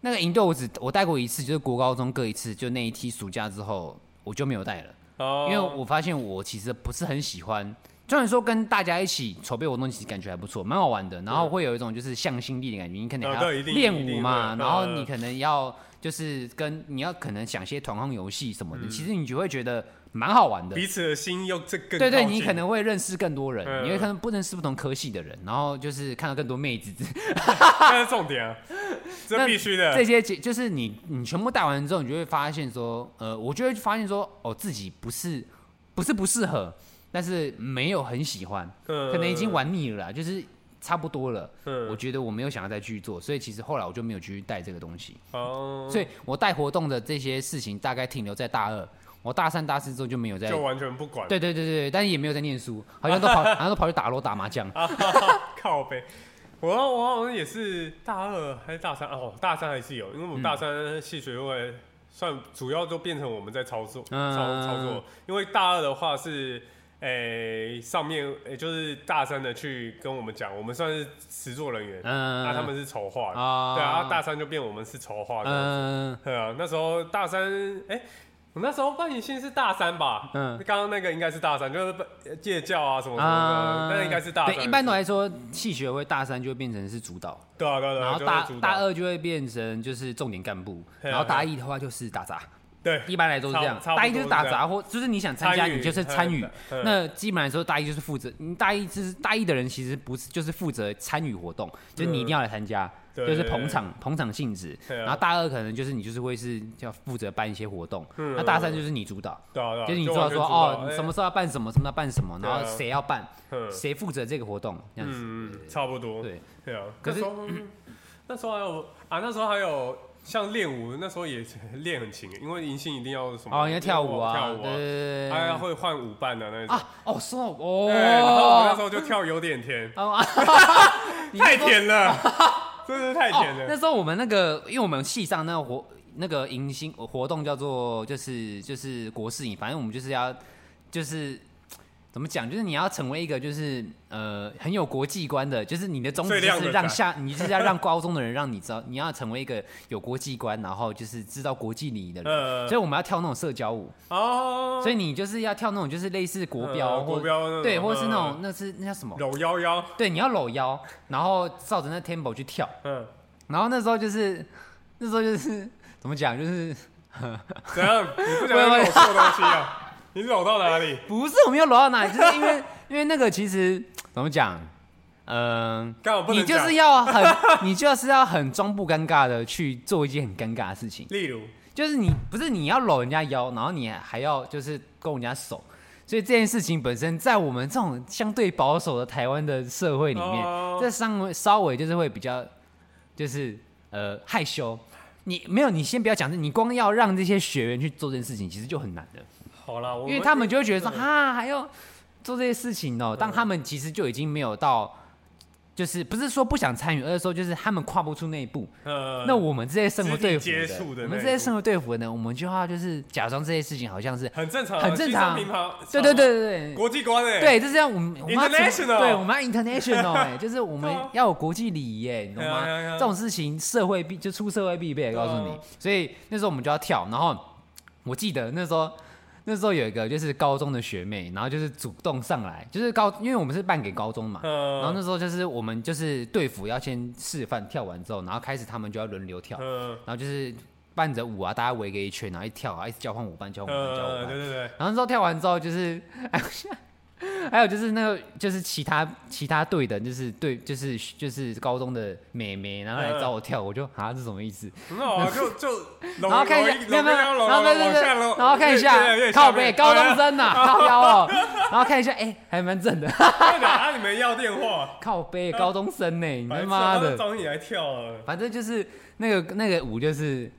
B: 那个营队我只我带过一次，就是国高中各一次，就那一梯暑假之后我就没有带了，
C: 哦，
B: 因为我发现我其实不是很喜欢。虽然说跟大家一起筹备活动，其实感觉还不错，蛮好玩的。然后会有一种就是向心力的感觉，你可能
C: 呃
B: 还要
C: 对一定
B: 练
C: 一定
B: 舞
C: 会
B: 嘛，
C: 嗯
B: 然后你可能要就是跟你要可能想些团康游戏什么的，其实你就会觉得蛮好玩的。
C: 嗯彼此的心又这更
B: 对对，
C: 靠
B: 你
C: 近
B: 可能会认识更多人，
C: 嗯
B: 你会可能不认识不同科系的人，然后就是看到更多妹子之
C: 这是重点啊，这
B: 那
C: 必须的嗯
B: 这。些节就是你你全部带完之后，你就会发现说，呃，我就会发现说，哦，自己不是不是不适合，但是没有很喜欢，
C: 可
B: 可能已经玩腻了啦，就是差不多了。
C: 嗯
B: 我觉得我没有想要再继续做，所以其实后来我就没有继续带这个东西，
C: 哦，
B: 所以我带活动的这些事情大概停留在大二，我大三大四之后就没有再。
C: 就完全不管。
B: 对对对对对，但是也没有在念书，好像都 跑，好像都跑去打楼打麻将。
C: 啊，哈哈靠背。我我好像也是大二还是大三哦，大三还是有，因为我
B: 嗯
C: 们大三戏学会算主要就变成我们在操作、
B: 嗯
C: 操操作，因为大二的话是诶、上面诶、就是大三的去跟我们讲，我们算是实作人员，那、
B: 嗯
C: 他们是筹划的，
B: 啊
C: 对啊，大三就变我们是筹划的，
B: 嗯，
C: 对啊，那时候大三，哎、我那时候办迎新是大三吧？
B: 嗯
C: 嗯，刚刚那个应该是大三，就是办戒教啊什么什么
B: 啊
C: 的，，但应该是大三。
B: 对，一般都来说，系学会大三就会变成是主导，
C: 对啊对啊对啊，
B: 然后
C: 就
B: 大
C: 是主导
B: 大二就会变成就是重点干部，
C: 嘿啊
B: 然后大一的话就是打杂，
C: 对
B: 一般来说是这样，
C: 差差不多
B: 大一就是打
C: 是这
B: 杂
C: 样
B: 或就是你想参加
C: 参与
B: 你就是参与
C: 嗯嗯，
B: 那基本来说大一就是负责，你大一就是大一的人其实不是就是负责参与活动，就是你一定要来参加。
C: 对
B: 就是捧场捧场性质，
C: 对啊
B: 然后大二可能就是你就是会是要负责办一些活动，
C: 嗯
B: 那大三就是你主导，
C: 对啊对啊，
B: 就是你
C: 就
B: 知道
C: 完全
B: 说
C: 主导
B: 哦，你什么时候要办什么，什么时候要办什么，
C: 对
B: 然
C: 啊
B: 后谁要办，
C: 嗯
B: 谁负责这个活动，这样子。
C: 嗯嗯差不多
B: 对，
C: 对啊。
B: 可
C: 可
B: 是
C: 是 那时候还有啊，那时候还有像练舞，那时候也练很勤，因为迎新一定要什么
B: 哦，你要跳舞啊，
C: 跳
B: 对
C: 舞
B: 对
C: 啊，
B: 对对
C: 还要
B: 对
C: 会换舞伴的那种。
B: 啊，哦，说到
C: 对，然后我那时
B: 哦，
C: 候就跳有点甜，
B: 哦 啊你
C: 太
B: 说
C: 甜了，真是太甜
B: 哦
C: 了。
B: 那时候我们那个，因为我们系上那个活那个迎新活动叫做就是就是国事营，反正我们就是要就是。怎么讲？就是你要成为一个，就是呃很有国际观的，就是你的宗旨
C: 最
B: 就
C: 亮
B: 是
C: 的
B: 让
C: 仔
B: 下，你就是要让高中的人让你知道，你要成为一个有国际观，然后就是知道国际礼仪的人。
C: 呃
B: 所以我们要跳那种社交舞，
C: 哦，
B: 所以你就是要跳那种就是类似国
C: 呃
B: 标或
C: 国标那种
B: 对，或者是那
C: 呃
B: 种那是那叫什么？
C: 搂腰腰，
B: 对，你要搂腰，然后照着那 tempo 去跳。
C: 嗯，
B: 然后那时候就是那时候就是 怎么讲，就是
C: 怎样？你不想要跟我错东西啊？ 你走到 哪里？
B: 不是我们要裸到哪里，就是因 为因为那个其实怎么讲，嗯、
C: 干嘛不
B: 你
C: 能
B: 就
C: 讲？
B: 是要很你就是要很装不尴尬的去做一件很尴尬的事情，
C: 例如，
B: 就是你不是你要搂人家腰，然后你还要就是勾人家手。所以这件事情本身，在我们这种相对保守的台湾的社会里面，
C: 哦
B: 这稍微稍微就是会比较，就是呃害羞。你没有，你先不要讲这，你光要让这些学员去做这件事情，其实就很难的。
C: 好啦，我
B: 因为他们就会觉得说
C: 嗯
B: 啊，还要做这些事情哦、但他们其实就已经没有到，就是不是说不想参与，而是说就是他们跨不出那一步。
C: 呃，
B: 那我们这些生活对
C: 肢体接触
B: 付
C: 的那
B: 我
C: 一
B: 们这
C: 步
B: 些生活对付的呢，我们就要就是假装这些事情好像是
C: 很正常啊，
B: 很正
C: 西装
B: 常
C: 平常，，
B: 对对对对对。
C: 国际观哎、
B: 对，就是这样。我们我们要
C: International
B: 对，我们要 international 哎、就是我们
C: 对啊
B: 要有国际礼仪哎，你懂吗
C: 呀呀呀？
B: 这种事情社会必就出社会必备，告诉
C: 啊对
B: 你
C: 啊。
B: 所以那时候我们就要跳，然后我记得那时候那时候有一个就是高中的学妹，然后就是主动上来，就是高，因为我们是办给高中嘛，
C: 嗯
B: 然后那时候就是我们就是队服要先示范跳完之后，然后开始他们就要轮流跳，
C: 嗯
B: 然后就是伴着舞啊，大家围个一圈，然后一跳啊，一直交换舞伴，交换舞伴，交换
C: 呃，
B: 舞伴
C: 对。对 对，
B: 然后之后跳完之后就是， 还有就是那个就是其他其他队的，就是对就是就是高中的美眉，然后来找我跳，我就啊这什么意思？
C: 很好啊，就就然
B: 然后看一下，没有没有，然后对对对，然后看一 下靠
C: 靠
B: 北高中生呐、 靠腰哦，然后看一下哎、还蛮正的，
C: 对的啊，你们要电话，
B: 靠背高中生呢、 你
C: 白
B: 他
C: 痴
B: 妈
C: 啊他
B: 的
C: 们，找你来跳了，
B: 反正就是那个那个舞就是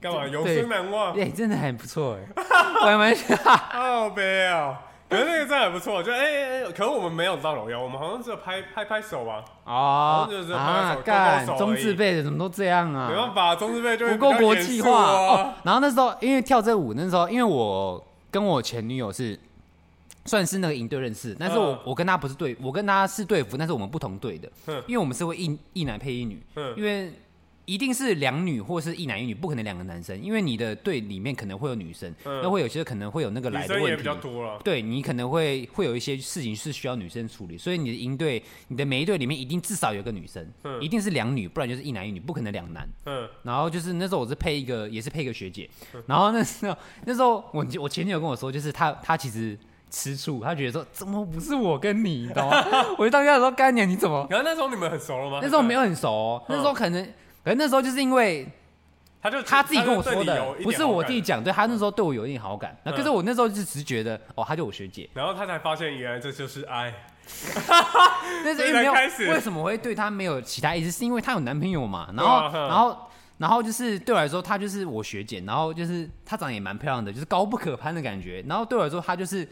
C: 干嘛？永
B: 对
C: 生难忘
B: 哎、，真的很不错哎、 我还 蛮想。
C: 好悲啊！可是那个真的还不错，就哎哎，哎可是我们没有到荣耀，我们好像只有拍拍拍手吧，
B: 哦
C: 好像就是拍
B: 啊
C: 手，
B: 干
C: 勾勾手
B: 中
C: 而已
B: 字辈的怎么都这样啊？
C: 没办法，中资辈就会
B: 不够
C: 比较
B: 国
C: 严
B: 际
C: 肃
B: 化、
C: 啊
B: 哦。然后那时候因为跳这舞，那时候因为我跟我前女友是算是那个营队认识，但是我、
C: 嗯
B: 我跟她不是队，我跟她是队服，但是我们不同队的，
C: 嗯
B: 因为我们是会一一男配一女，
C: 嗯
B: 因为。一定是两女或是一男一女，不可能两个男生，因为你的队里面可能会有女生，
C: 嗯
B: 那会有些可能会有那个
C: 女
B: 来的
C: 生
B: 问
C: 也
B: 题，
C: 比较多了，
B: 对你可能会会有一些事情是需要女生处理，所以你的营队，你的每一队里面一定至少有个女生，
C: 嗯
B: 一定是两女，不然就是一男一女，不可能两男。
C: 嗯，
B: 然后就是那时候我是配一个，也是配一个学姐。然后那时候那时候我我前女友跟我说，就是她她其实吃醋，她觉得说怎么不是我跟你，你懂 吗？我就当下说干娘你怎么？
C: 然后那时候你们很熟了吗？
B: 那时候没有很熟、哦，
C: 嗯
B: 那时候可能可能那时候就是因为
C: 他就
B: 他自己跟我
C: 他
B: 说
C: 就对你
B: 的
C: 有一，点
B: 不是我自己
C: 好嗯
B: 讲，对她那时候对我有一点好感。那可是我那时候就只是觉得哦，她就我学姐。
C: 感，然后他才发现原来这就是爱，
B: 但是
C: 所以
B: 因为没有
C: 才开始
B: 为什么会对她没有其他意思，是因为她有男 朋友嘛。然
C: 对
B: 后，
C: 啊哼
B: 然后，然后就是对我来说，她就是我学姐，然后就是她长得也蛮漂亮的，就是高不可攀的感觉。然后对我来说，她就是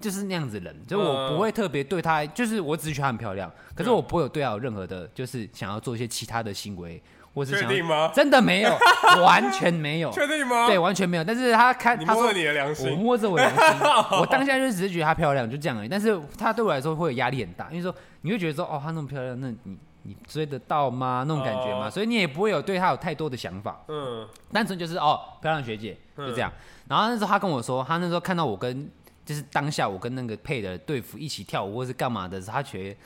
B: 就是那样子人，就是我
C: 嗯
B: 不会特别对她，就是我只是觉得她很漂亮，可是
C: 嗯
B: 我不会有对她有任何的，就是想要做一些其他的行为，或是
C: 确
B: 想要
C: 定吗
B: 真的没 有，完全没有，
C: 确定吗？
B: 哦对，，完全没有。但是她看，
C: 你
B: 她说
C: 摸了你的良
B: 我
C: 心，
B: 摸着我良心， 我当下就只是觉得她漂亮，就这样而已。但是她对我来说会有压力很大，因为说你会觉得说，哦，她那么漂亮，那你你追得到吗？那种感觉嘛，
C: 哦
B: 所以你也不会有对她有太多的想法，
C: 嗯，
B: 单纯就是哦，漂亮学姐就这样。然后那时候她跟我说，她那时候看到我跟就是当下我跟那个配的队服一起跳舞或是干嘛的时候，她觉得。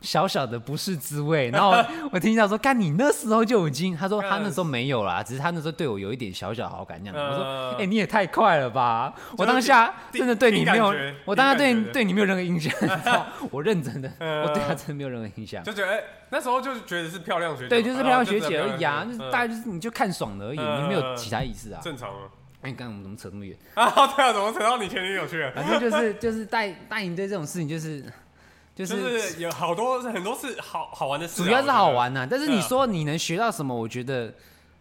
B: 小小的不是滋味，然后我 我听到说，干你那时候就已经，她
C: 嗯
B: 说她那时候没有啦，只是她那时候对我有一点小小好感这样。我说，
C: 呃
B: 哎、你也太快了吧！我
C: 就是
B: 当下
C: 第
B: 真的对
C: 第
B: 你
C: 一感
B: 没有
C: 觉，
B: 我
C: 第一
B: 当下
C: 感
B: 对
C: 觉
B: 你
C: 的
B: 对你没有任何 印象，你知道我认真的，
C: 呃
B: 我对他真的没有任何印象。
C: 就觉哦得哎，那时候就是觉得是漂亮学姐嘛，
B: 对，就是漂
C: 然后
B: 亮学姐
C: 真的
B: 而已啊，就是
C: 漂亮
B: 大
C: 学
B: 家就是你就看爽了而已，
C: 嗯
B: 你没有其他意思啊
C: 嗯。正常啊。
B: 哎，刚刚我们怎么扯那么远？
C: 啊，对啊，怎么扯到你前女友去 了？
B: 反正就是就是带带营队这种事情，就是就
C: 就是是有好多很多是好好玩的事啊，
B: 主要是
C: 我觉得
B: 好玩呐。但是你
C: 嗯
B: 说你能学到什么？我觉得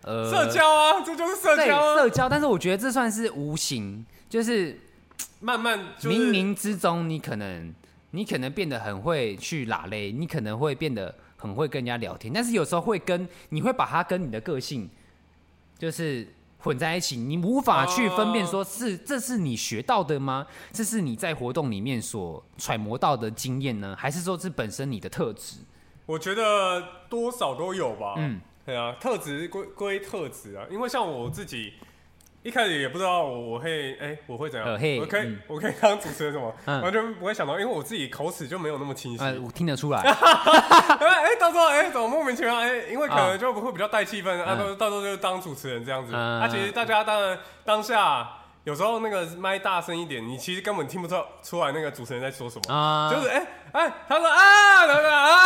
B: 呃，
C: 社交啊，这就是社
B: 对
C: 交啊，
B: 社交，但是我觉得这算是无形，就是
C: 慢慢就是
B: 冥冥之中，你可能你可能变得很会去拉勒，你可能会变得很会跟人家聊天，但是有时候会跟你会把它跟你的个性就是混在一起，你无法去分辨说是、这是你学到的吗？这是你在活动里面所揣摩到的经验呢，还是说是本身你的特质？
C: 我觉得多少都有吧。
B: 嗯
C: 嗯，对啊，特质归归特质啊，因为像我自己，一开始也不知道我我会哎、我会怎样，
B: 呃嘿
C: 我可以、
B: 嗯
C: 我可以当主持人什么，
B: 嗯
C: 完全不会想到，因为我自己口齿就没有那么清晰。哎、
B: 呃，我听得出 来，
C: 哎到时候哎、怎么莫名其妙哎、因为可能就会比较带气氛，啊，
B: 啊嗯
C: 到到时候就当主持人这样子。
B: 嗯
C: 啊，其实大家当然当下有时候那个麦大声一点，你其实根本听不出出来那个主持人在说什 么。
B: 啊，
C: 就是哎哎、他说啊，等等啊，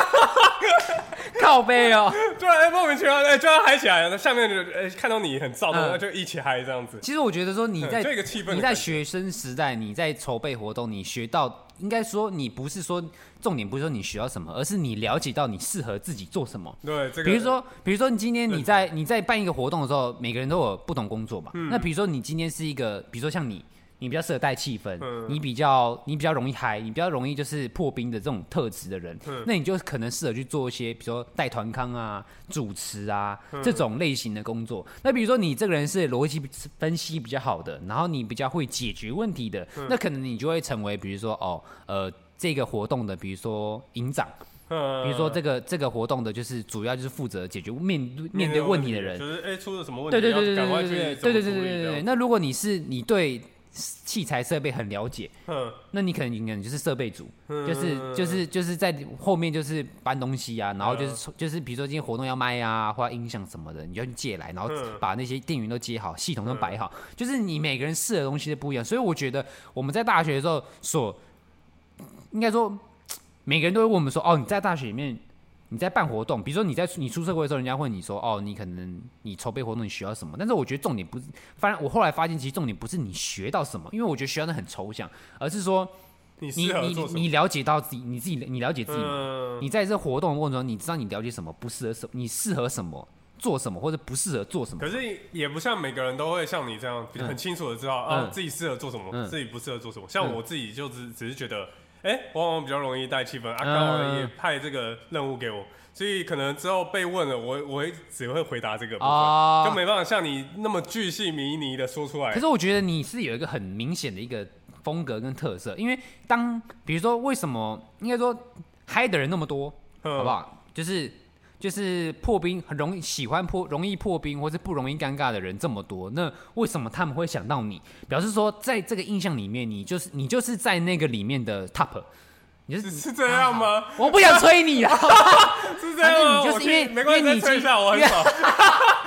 B: 靠背哦。
C: 突然哎莫名其妙哎、突然嗨起来了，那下面就哎、看到你很躁动，
B: 嗯
C: 那就一起嗨这样子。
B: 其实我觉得说你在
C: 嗯就一个气氛的
B: 你在
C: 感觉
B: 学生时代，你在筹备活动，你学到应该说你不是说重点不是说你学到什么，而是你了解到你适合自己做什么。
C: 对，这个
B: 比如说，比如说你今天
C: 认
B: 你
C: 同
B: 在你在办一个活动的时候，每个人都有不同工作嘛。
C: 嗯
B: 那比如说你今天是一个，比如说像你，你比较适合带气氛，
C: 嗯
B: 你比较你比较容易嗨，你比较容易就是破冰的这种特质的人，
C: 嗯
B: 那你就可能适合去做一些，比如说带团康啊、主持啊、
C: 嗯
B: 这种类型的工作。那比如说你这个人是逻辑分析比较好的，然后你比较会解决问题的，
C: 嗯
B: 那可能你就会成为比如说哦呃这个活动的，比如说营长。
C: 嗯
B: 比如说这个这个活动的，就是主要就是负责解决面对面对
C: 问
B: 问题的人
C: 就。是哎、出了什么问题，
B: 对对对对对
C: 要赶快
B: 对
C: 去
B: 对对
C: 怎
B: 对
C: 么
B: 对
C: 处
B: 对
C: 理
B: 对
C: 这
B: 对。
C: 样。
B: 那如果你是你对器材设备很了解，
C: 嗯，
B: 那你可能你可能就是设备组，就是
C: 嗯
B: 就是就是在后面就是搬东西啊，然后就是
C: 嗯
B: 抽就是比如说今天活动要麦啊，或者音响什么的，你就要去借来，然后
C: 嗯
B: 把那些电源都接好，系统都摆好，就是你每个人试的东西都不一样，所以我觉得我们在大学的时候所应该说每个人都会问我们说，哦，你在大学里面。你在办活动，比如说你在你出社会的时候，人家会问你说，哦，你可能你筹备活动你学到什么？但是我觉得重点不是，反正我后来发现，其实重点不是你学到什么，因为我觉得学到的很抽象，而是说
C: 你
B: 你
C: 适合
B: 你
C: 做什么？
B: 你了解到自己，你自己你了解自己吗，
C: 嗯，
B: 你在这活动的过程中，你知道你了解什么，不适合什么，你适合什么，做什么或者不适合做什么。
C: 可是也不像每个人都会像你这样比
B: 嗯
C: 很清楚的知道、
B: 嗯
C: 啊自己适合做什么，
B: 嗯
C: 自己不适合做什么。像
B: 嗯
C: 我自己就只只是觉得，哎、往往比较容易带气氛，啊，
B: 嗯
C: 刚好也派这个任务给我。所以可能之后被问了，我我会只会回答这个部分，
B: 哦
C: 就没办法像你那么巨细靡遗的说出来
B: 可。是我觉得你是有一个很明显的一个风格跟特色，因为当比如说为什么应该说嗨的人那么多，
C: 嗯
B: 好不好？就是就是破冰很容易喜欢破容易破冰或是不容易尴尬的人这么多，那为什么他们会想到你？表示说在这个印象里面，你就是你就是在那个里面的 top。你就是
C: 是 是这样吗？
B: 我不想催你啊！
C: 是这样
B: 反
C: 吗？
B: 正你就是
C: 我
B: 因为
C: 听没关系，
B: 因为
C: 再
B: 你
C: 吹一下，我很少。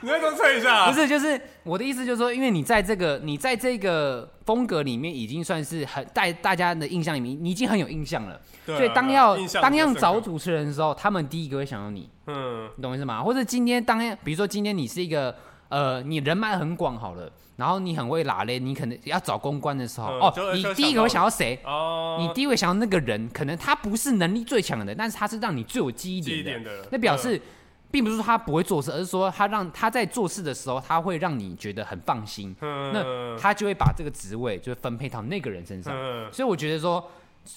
C: 你再多吹一下啊、
B: 不是，就是我的意思，就是说，因为你在这个你在这个风格里面，已经算是很在大家的印象里面，你已经很有印象了。
C: 对啊
B: 所以当要
C: 印象比较
B: 当要
C: 深刻
B: 找主持人的时候，他们第一个会想到你，
C: 嗯
B: 你懂我意思吗？或者今天当要，比如说今天你是一个呃，你人脉很广好了，然后你很会拉嘞，你可能要找公关的时候，
C: 嗯就
B: 哦，
C: 会
B: 你
C: 就
B: 第一
C: 想
B: 个
C: 到
B: 会想到谁？
C: 哦，
B: 你第一位想到那个人，可能他不是能力最强的，但是他是让你最有记忆
C: 记忆
B: 点的。
C: 点的人嗯
B: 那表示，并不是说他不会做事，而是说他让他在做事的时候，他会让你觉得很放心，
C: 嗯
B: 那他就会把这个职位就分配到那个人身上。
C: 嗯
B: 所以我觉得说，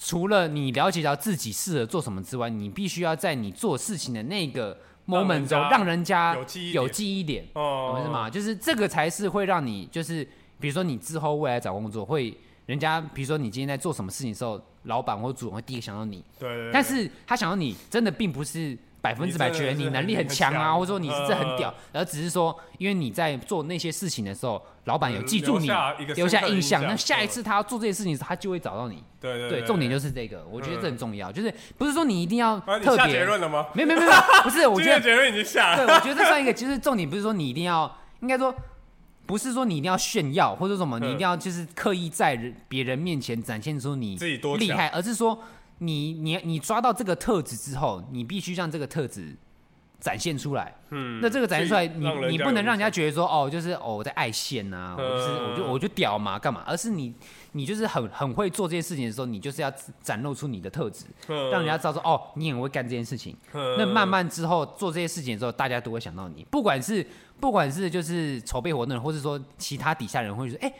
B: 除了你了解到自己适合做什么之外，你必须要在你做事情的那个
C: 让
B: moment
C: 人
B: 中，
C: 家
B: 让人家
C: 有记忆点
B: 有记忆点。懂
C: 哦
B: 我意思？吗？就是这个才是会让你，就是比如说你之后未来找工作会，人家比如说你今天在做什么事情的时候，老板或主管会第一个想到你，
C: 对对对
B: 但是他想到你真的并不是百分之百觉得你
C: 你真的是
B: 能力
C: 很
B: 很强
C: 很
B: 啊，
C: 强
B: 或者说你是这很屌
C: 呃，
B: 而只是说因为你在做那些事情的时候，老板有记住你
C: 嗯留下一个，
B: 留下
C: 深刻的
B: 印象，
C: 印象
B: 那下一次他要做这些事情的时候，他就会找到你。
C: 对对
B: 对，重点就是是这个，我觉得
C: 嗯
B: 这很重要，就是不是说你一定要
C: 啊，你
B: 特
C: 下
B: 别
C: 结，论了吗？
B: 没有没有没有，没有不是，我
C: 今
B: 觉
C: 天
B: 得
C: 结论已经下
B: 对，
C: 了。
B: 我觉得这算一个，其实重点不是说你一定要，应该说不是说你一定要炫耀或者什么，
C: 嗯
B: 你一定要就是刻意在人别人面前展现出你
C: 自己多强
B: 厉害，而是说你你你抓到这个特质之后，你必须让这个特质。展现出来，
C: 嗯
B: 那这个展现出来，
C: 自己
B: 你
C: 让人
B: 你
C: 家
B: 不能
C: 有
B: 让人家
C: 印
B: 觉得说哦，就是哦我在爱现呐、我就是
C: 嗯
B: 我就我就屌嘛，干嘛？而是你你就是很很会做这些事情的时候，你就是要展露出你的特质，
C: 嗯
B: 让人家知道说哦，你很会干这件事情。
C: 嗯
B: 那慢慢之后做这些事情的时候，大家都会想到你，不管是不管是就是筹备活动，或是说其他底下人会说，哎、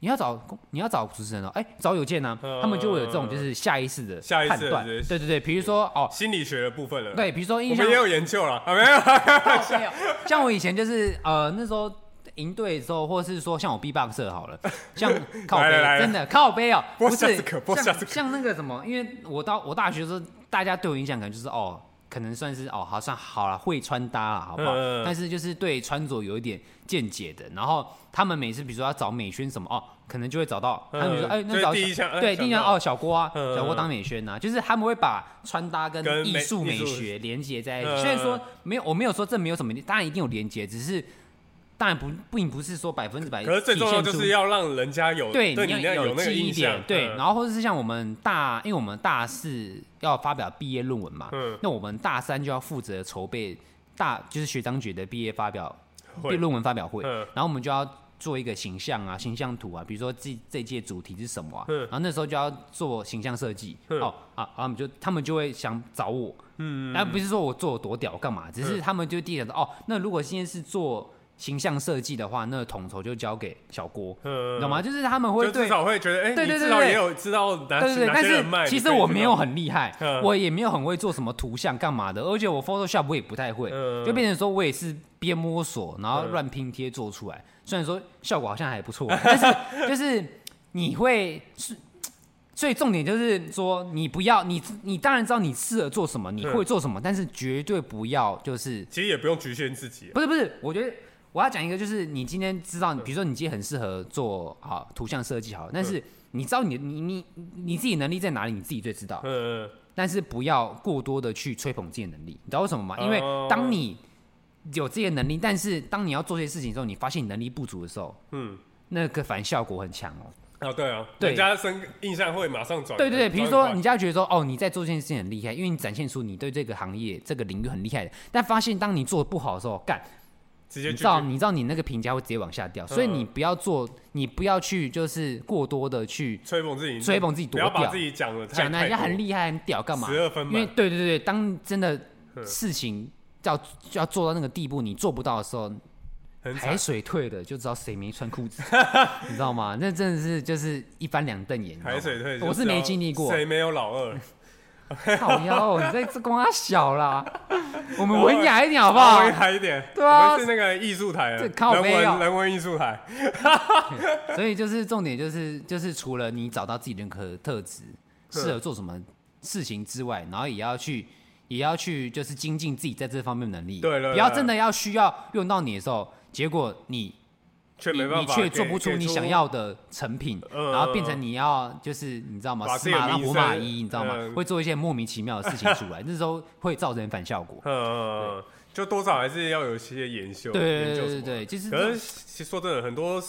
B: 你要找公你要找主持人哦，哎、找有健啊，
C: 嗯
B: 他们就会有这种就是下意识的
C: 下意识
B: 判
C: 的
B: 断，
C: 这些
B: 对对对，比如说哦，
C: 心理学的部分了。，
B: 对，比如说
C: 我
B: 印象
C: 们也有研究了啊，没有？
B: 像我以前就是呃那时候营队的时候，或是说像我 B box 社 好了，像靠
C: 来了来
B: 背
C: 了
B: 真的靠背哦，
C: 播
B: 不
C: 下
B: 是
C: 这个播下这
B: 像
C: 个
B: 像那个什么，因为我到我大学的时候，大家对我影响可能就是哦可能算是哦，好像好了，会穿搭了，好不好？
C: 嗯嗯嗯
B: 但是就是对穿着有一点见解的。然后他们每次比如说要找美宣什么哦，可能就会找到他们比如说
C: 嗯
B: 哎、
C: 就
B: 那
C: 是
B: 找
C: 第一项哎
B: 对
C: 想
B: 第一项
C: 到
B: 哦小郭啊，
C: 嗯嗯
B: 小郭当美宣呐、啊，就是他们会把穿搭跟
C: 跟
B: 艺
C: 美
B: 术
C: 艺
B: 美
C: 术
B: 学连接在一
C: 嗯嗯
B: 起。
C: 嗯
B: 虽然说没有，我没有说这没有什么，当然一定有连接，只是当然不并不是说百分之百
C: 可是最重要
B: 体
C: 就
B: 现出
C: 是要让人家有
B: 对，
C: 对
B: 你
C: 那
B: 要
C: 有那个
B: 记忆
C: 印象
B: 点，，对，
C: 嗯
B: 然后或者是像我们大，因为我们大四要发表毕业论文嘛，
C: 嗯
B: 那我们大三就要负责筹备大，就是学长姐的毕业发表、毕
C: 会
B: 业论文发表会，
C: 嗯
B: 然后我们就要做一个形象啊、形象图啊，比如说这这届主题是什么啊，
C: 嗯
B: 然后那时候就要做形象设计，
C: 嗯
B: 哦啊，然后我们就他们就会想找我，
C: 嗯，
B: 那不是说我做有多屌干嘛，只是他们就第一想到哦，那如果今天是做形象设计的话，那统筹就交给小郭。
C: 嗯
B: 你懂吗？就是他们会
C: 就至
B: 对
C: 少会觉得，哎，
B: 对
C: 你
B: 对
C: 至
B: 对
C: 少
B: 对
C: 也有知道哪
B: 对对对，
C: 哪
B: 但
C: 些人脉
B: 是其
C: 你
B: 实
C: 可以
B: 我
C: 知
B: 没
C: 道
B: 有很厉害
C: 嗯，
B: 我也没有很会做什么图像干嘛的，而且我 Photoshop 我也不太会
C: 嗯，
B: 就变成说我也是边摸索，然后
C: 嗯
B: 乱拼贴做出来。虽然说效果好像还不错，啊 但是就是你会是。所以重点就是说，你不要你你当然知道你适合做什么，你
C: 嗯
B: 会做什么，但是绝对不要就是
C: 其实也不用局限自己，啊
B: 不是不是，我觉得我要讲一个，就是你今天知道，比如说你今天很适合做好图像设计好了，但
C: 嗯
B: 是你知道你你你你自己能力在哪里，你自己最知道，
C: 嗯，
B: 但是不要过多的去吹捧自己的能力，你知道为什么吗？
C: 哦
B: 因为当你有这些能力，但是当你要做这些事情的时候，你发现你能力不足的时候，
C: 嗯，
B: 那个反效果很强哦。
C: 啊对啊，
B: 对
C: 人家生印象会马上转，
B: 对对对，比如
C: 转
B: 说
C: 换
B: 你家觉得说哦，你在做这件事情很厉害，因为你展现出你对这个行业这个领域很厉害的，但发现当你做的不好的时候，干
C: 直接
B: 你
C: 拒
B: 知道，
C: 绝，
B: 你知道你那个评价会直接往下掉，所以
C: 嗯
B: 你不要做，你不要去就是过多的去
C: 吹捧自己，
B: 吹捧自己多
C: 不要把
B: 屌
C: 自己讲的
B: 讲的人家很
C: 害，
B: 厉害很屌干嘛？
C: 12分
B: 因
C: 满
B: 为对对对，当真的
C: 嗯
B: 事情要要做到那个地步，你做不到的时候，
C: 很惨
B: 海水退了就知道谁没穿裤 子，你知道吗？那真的是就是一翻两瞪眼。你知道吗
C: 海水退，
B: 我是没经历过，
C: 谁没有老二？
B: 靠腰哦，你在这光啊小 啦，我们
C: 哦
B: 文雅一点好不好
C: 稍微？嗨一点，
B: 对啊
C: 我们是那个艺术台啊，
B: 这靠
C: 人
B: 背啊
C: 文人文艺术台，
B: 所以就是重点就是就是除了你找到自己认可的特质，
C: 嗯
B: 适合做什么事情之外，然后也要去也要去就是精进自己在这方面的能力。
C: 对了
B: 不要
C: 对
B: 真的要需要用到你的时候，结果你
C: 却
B: 你
C: 没办
B: 你
C: 法，
B: 却做不
C: 给
B: 出你想。要的成品，
C: 嗯
B: 然后变成你要就是你知道吗
C: 把？自
B: 死
C: 己的
B: 马当
C: 名
B: 活马
C: 声
B: 医，你知道吗？
C: 嗯
B: 会做一些莫名其妙的事情 出来，那时候会造成反效果。
C: 给出嗯，就多少还是要有一些研修，
B: 对对
C: 研究
B: 对
C: 什
B: 对
C: 么
B: 对，就是
C: 可是其实说真的，很多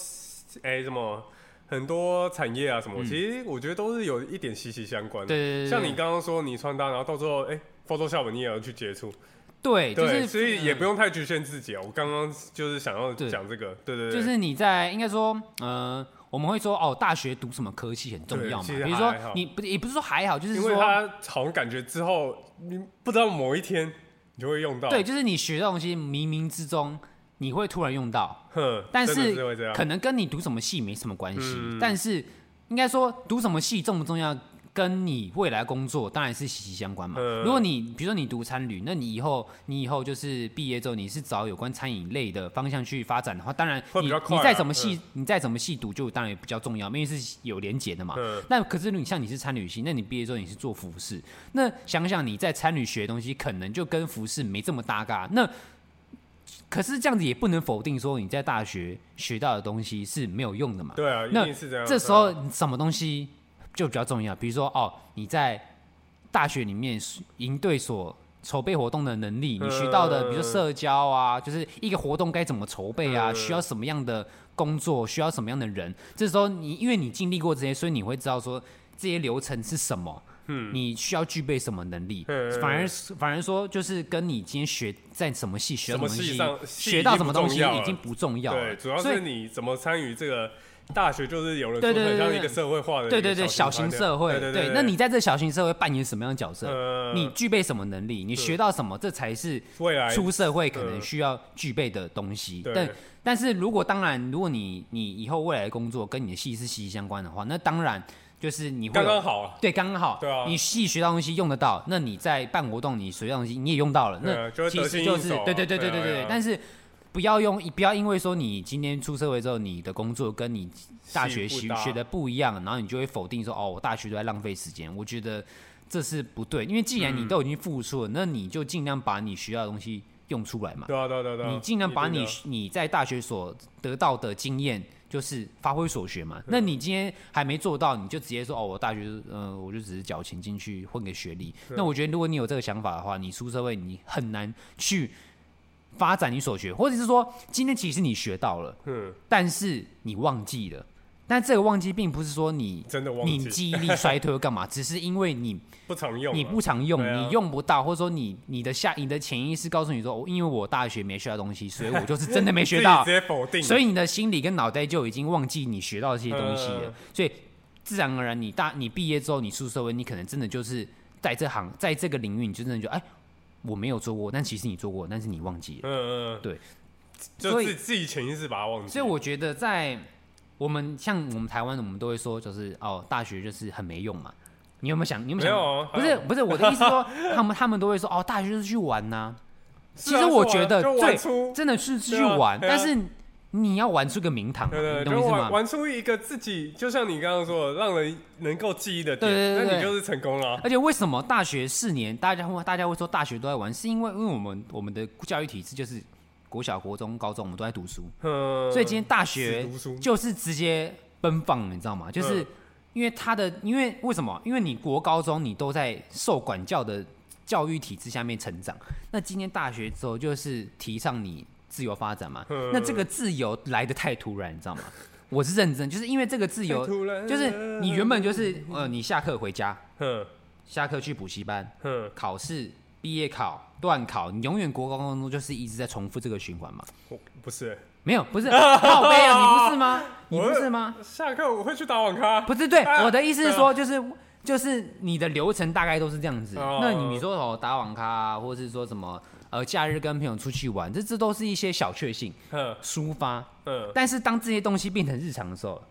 C: 哎、什么很多产业啊什么，其实我觉得都是有一点息息相关
B: 嗯
C: 的。
B: 对对对对
C: 像你刚刚说你穿搭，然后到最后哎、Photoshop 你也要去接触，
B: 对，就
C: 对，
B: 是
C: 所以也
B: 嗯
C: 不用太局限自己啊。我刚刚就是想要
B: 对
C: 讲这个，对对
B: 就
C: 对，
B: 是你在应该说，呃，我们会说哦，大学读什么科系很重要嘛。
C: 对其实
B: 比如说
C: 还好
B: 你不也不是说还好，就是
C: 因为
B: 说
C: 他好像感觉之后你不知道某一天你就会用到，
B: 对，就是你学的东西冥冥之中你会突然用到，
C: 哼，
B: 但
C: 真的是会这样，
B: 可能跟你读什么系没什么关系。
C: 嗯
B: 但是应该说读什么系重不重要，跟你未来工作当然是息息相关嘛。
C: 嗯
B: 如果你比如说你读餐旅，那你以后你以后就是毕业之后你是找有关餐饮类的方向去发展的话，当然
C: 会比
B: 你、
C: 较快
B: 你
C: 啊
B: 再怎么系、你再怎么系读就当然也比较重要，因为是有连结的嘛。
C: 嗯
B: 那可是你像你是参旅系，那你毕业之后你是做服饰，那想想你在参旅学的东西，可能就跟服饰没这么搭嘎。那可是这样子也不能否定说你在大学学到的东西是没有用的嘛。
C: 对啊，一
B: 那
C: 定是这样。啊
B: 这时候你什么东西就比较重要，比如说哦，你在大学里面营队所筹备活动的能力，你学到的，
C: 呃
B: 比如说社交啊，就是一个活动该怎么筹备啊，
C: 嗯
B: 需要什么样的工作，需要什么样的人。这时候你因为你经历过这些，所以你会知道说这些流程是什么。你需要具备什么能力？
C: 嗯
B: 反而反而说，就是跟你今天学在什么系学到
C: 什么
B: 什么
C: 系
B: 西
C: 上系
B: 学
C: 已
B: 到
C: 经
B: 什么
C: 不
B: 东
C: 重
B: 西
C: 要
B: 已
C: 了
B: 经不重要了。
C: 对，主要
B: 所以
C: 是你怎么参与这个大学，就是有人
B: 对
C: 说
B: 对
C: 很
B: 对
C: 像
B: 对
C: 一个社会化的一个
B: 对对对，小型
C: 团体
B: 社会，
C: 对
B: 那你在这小型社会扮演什么样的角色？
C: 呃
B: 你具备什么能力？你学到什么？这才是
C: 未来
B: 出社会可能
C: 呃
B: 需要具备的东西。
C: 对
B: 但但是如果当然，如果你你以后未来的工作跟你的系是息息相关的话，那当然就是你会
C: 刚
B: 有
C: 刚好啊，
B: 对刚刚好，
C: 对啊
B: 你系学到东西用得到，那你在办活动你学到东西你也用到了，
C: 对啊就
B: 那
C: 会
B: 其
C: 得
B: 实
C: 心
B: 就
C: 应
B: 是
C: 手啊
B: 对对对对对
C: 对啊对
B: 对
C: 啊，
B: 但是。不要用，不要因为说你今天出社会之后，你的工作跟你大学
C: 系不
B: 学
C: 搭
B: 学的不一样，然后你就会否定说哦，我大学都在浪费时间。我觉得这是不对，因为既然
C: 嗯
B: 你都已经付出了，那你就尽量把你需要的东西用出来嘛。
C: 对啊，对啊，对啊，对啊
B: 你尽量把
C: 一定
B: 你
C: 的
B: 你在大学所得到的经验，就是发挥所学嘛。那你今天还没做到，你就直接说哦，我大学就是，呃，我就只是缴钱进去混个学历。那我觉得，如果你有这个想法的话，你出社会你很难去发展你所学，或者是说，今天其实你学到了，
C: 嗯，
B: 但是你忘记了。但这个忘记并不是说你
C: 真的忘
B: 你
C: 记
B: 记忆力衰退或干嘛，只是因为你
C: 不常用啊，
B: 你不常用，
C: 对啊
B: 你用不到，或者说你你的下你的潜意识告诉你说，哦，因为我大学没学到东西， 所以我就是真的没学到
C: 自己，直接否定，
B: 所以你的心理跟脑袋就已经忘记你学到这些东西了，
C: 嗯
B: 所以自然而然你大你毕业之后你出社会，你可能真的就是在这行在这个领域，你就真的就哎我没有做过，但其实你做过，但是你忘记了。
C: 嗯嗯，嗯
B: 对，
C: 就
B: 所以
C: 自己自己潜意识把它忘记。
B: 所以我觉得在我们像我们台湾，我们都会说就是哦，大学就是很没用嘛。你有没有想？你有没有想？
C: 没有啊
B: 不
C: 还
B: 是
C: 好
B: 不是，我的意思说，他们他们都会说哦，大学就是去玩呐、
C: 是
B: 其
C: 啊
B: 实我觉
C: 是
B: 得
C: 啊就
B: 最
C: 玩出，
B: 真的是去
C: 对啊
B: 玩，
C: 对啊
B: 但是你要玩出个名堂嘛，啊
C: 对对
B: 你
C: 对，
B: 懂我
C: 就
B: 意思
C: 玩
B: 吗？
C: 玩出一个自己，就像你刚刚说的，让人能够记忆的
B: 对对
C: 点，
B: 对对
C: 那你就是成功了啊。
B: 而且为什么大学四年大家会大家会说大学都在玩，是因为因为我们我们的教育体制就是国小、国中、高中我们都在读书，
C: 嗯，
B: 所以今天大学
C: 死读书
B: 就是直接奔放，你知道吗？就是
C: 嗯
B: 因为他的，因为为什么？因为你国高中你都在受管教的教育体制下面成长，那今天大学之后就是提倡你自由发展嘛。
C: 嗯
B: 那这个自由来的太突然，你知道吗？ 我是认真，就是因为这个自由
C: 太突然，了
B: 就是你原本就是呃，你下课回家，
C: 哼
B: 下课去补习班，
C: 哼，
B: 考试、毕业考、段考，你永远国高中就是一直在重复这个循环嘛。
C: 我不是，
B: 没有，不是靠背啊，你不是吗？你不是吗？
C: 我？下课我会去打网咖，
B: 不是，对，
C: 啊
B: 我的意思是说，就是就是你的流程大概都是这样子。
C: 哦
B: 那你说哦，打网咖、啊，或是说什么呃，假日跟朋友出去玩，这这都是一些小确幸
C: 哼
B: 抒发。
C: 哼，
B: 但是当这些东西变成日常的时候，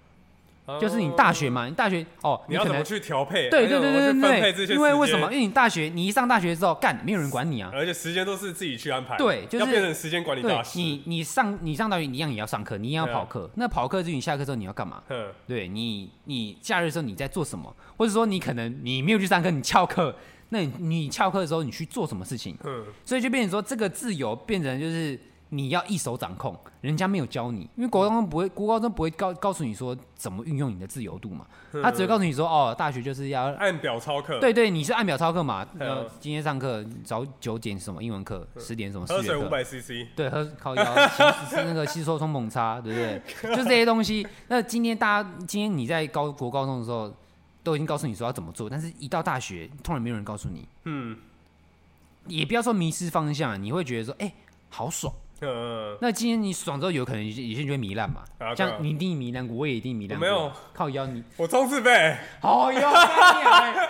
C: 哦
B: 就是你大学嘛，你大学哦，
C: 你要
B: 可
C: 怎
B: 能
C: 么去调配？
B: 对对对
C: 还
B: 对
C: 有怎么去分配
B: 对
C: 这
B: 对
C: 些，
B: 因为为
C: 时
B: 什
C: 间
B: 么？因为你大学你一上大学之后，干没有人管你啊。
C: 而且时间都是自己去安排，
B: 对就是
C: 要变成时间管理
B: 对
C: 大师。
B: 你，你上你上大学，你一样也要上课，你一样要
C: 对啊
B: 跑课。那跑课之后，你下课之后你要干嘛？
C: 哼，
B: 对你，你假日的时候你在做什么，或者说你可能你没有去上课，你翘课，那你你翘课的时候你去做什么事情？
C: 嗯，
B: 所以就变成说，这个自由变成就是你要一手掌控，人家没有教你，因为国高中不会，国高中不会告告诉你说怎么运用你的自由度嘛，他只会告诉你说，哦，大学就是要
C: 嗯按表操课，，
B: 对对，你是按表操课嘛，
C: 嗯
B: 呃，今天上课早九点什么英文课，十点什么
C: 喝
B: 数学
C: 水
B: 课
C: 五，百 CC，
B: 对，喝烤腰，吸是那个吸收冲猛擦，对不 对？就是这些东西。那今天大家，今天你在高国高中的时候，都已经告诉你说要怎么做，但是一到大学，突然没有人告诉你，
C: 嗯
B: 也不要说迷失方向，你会觉得说，哎、好爽。
C: 嗯，
B: 那今天你爽之后，有可能有些有些人就会糜烂嘛
C: 啊对啊，
B: 像你一定糜烂过，我也一定糜烂过。
C: 我没有
B: 靠腰你，
C: 我冲刺呗，
B: 好哟，干你啊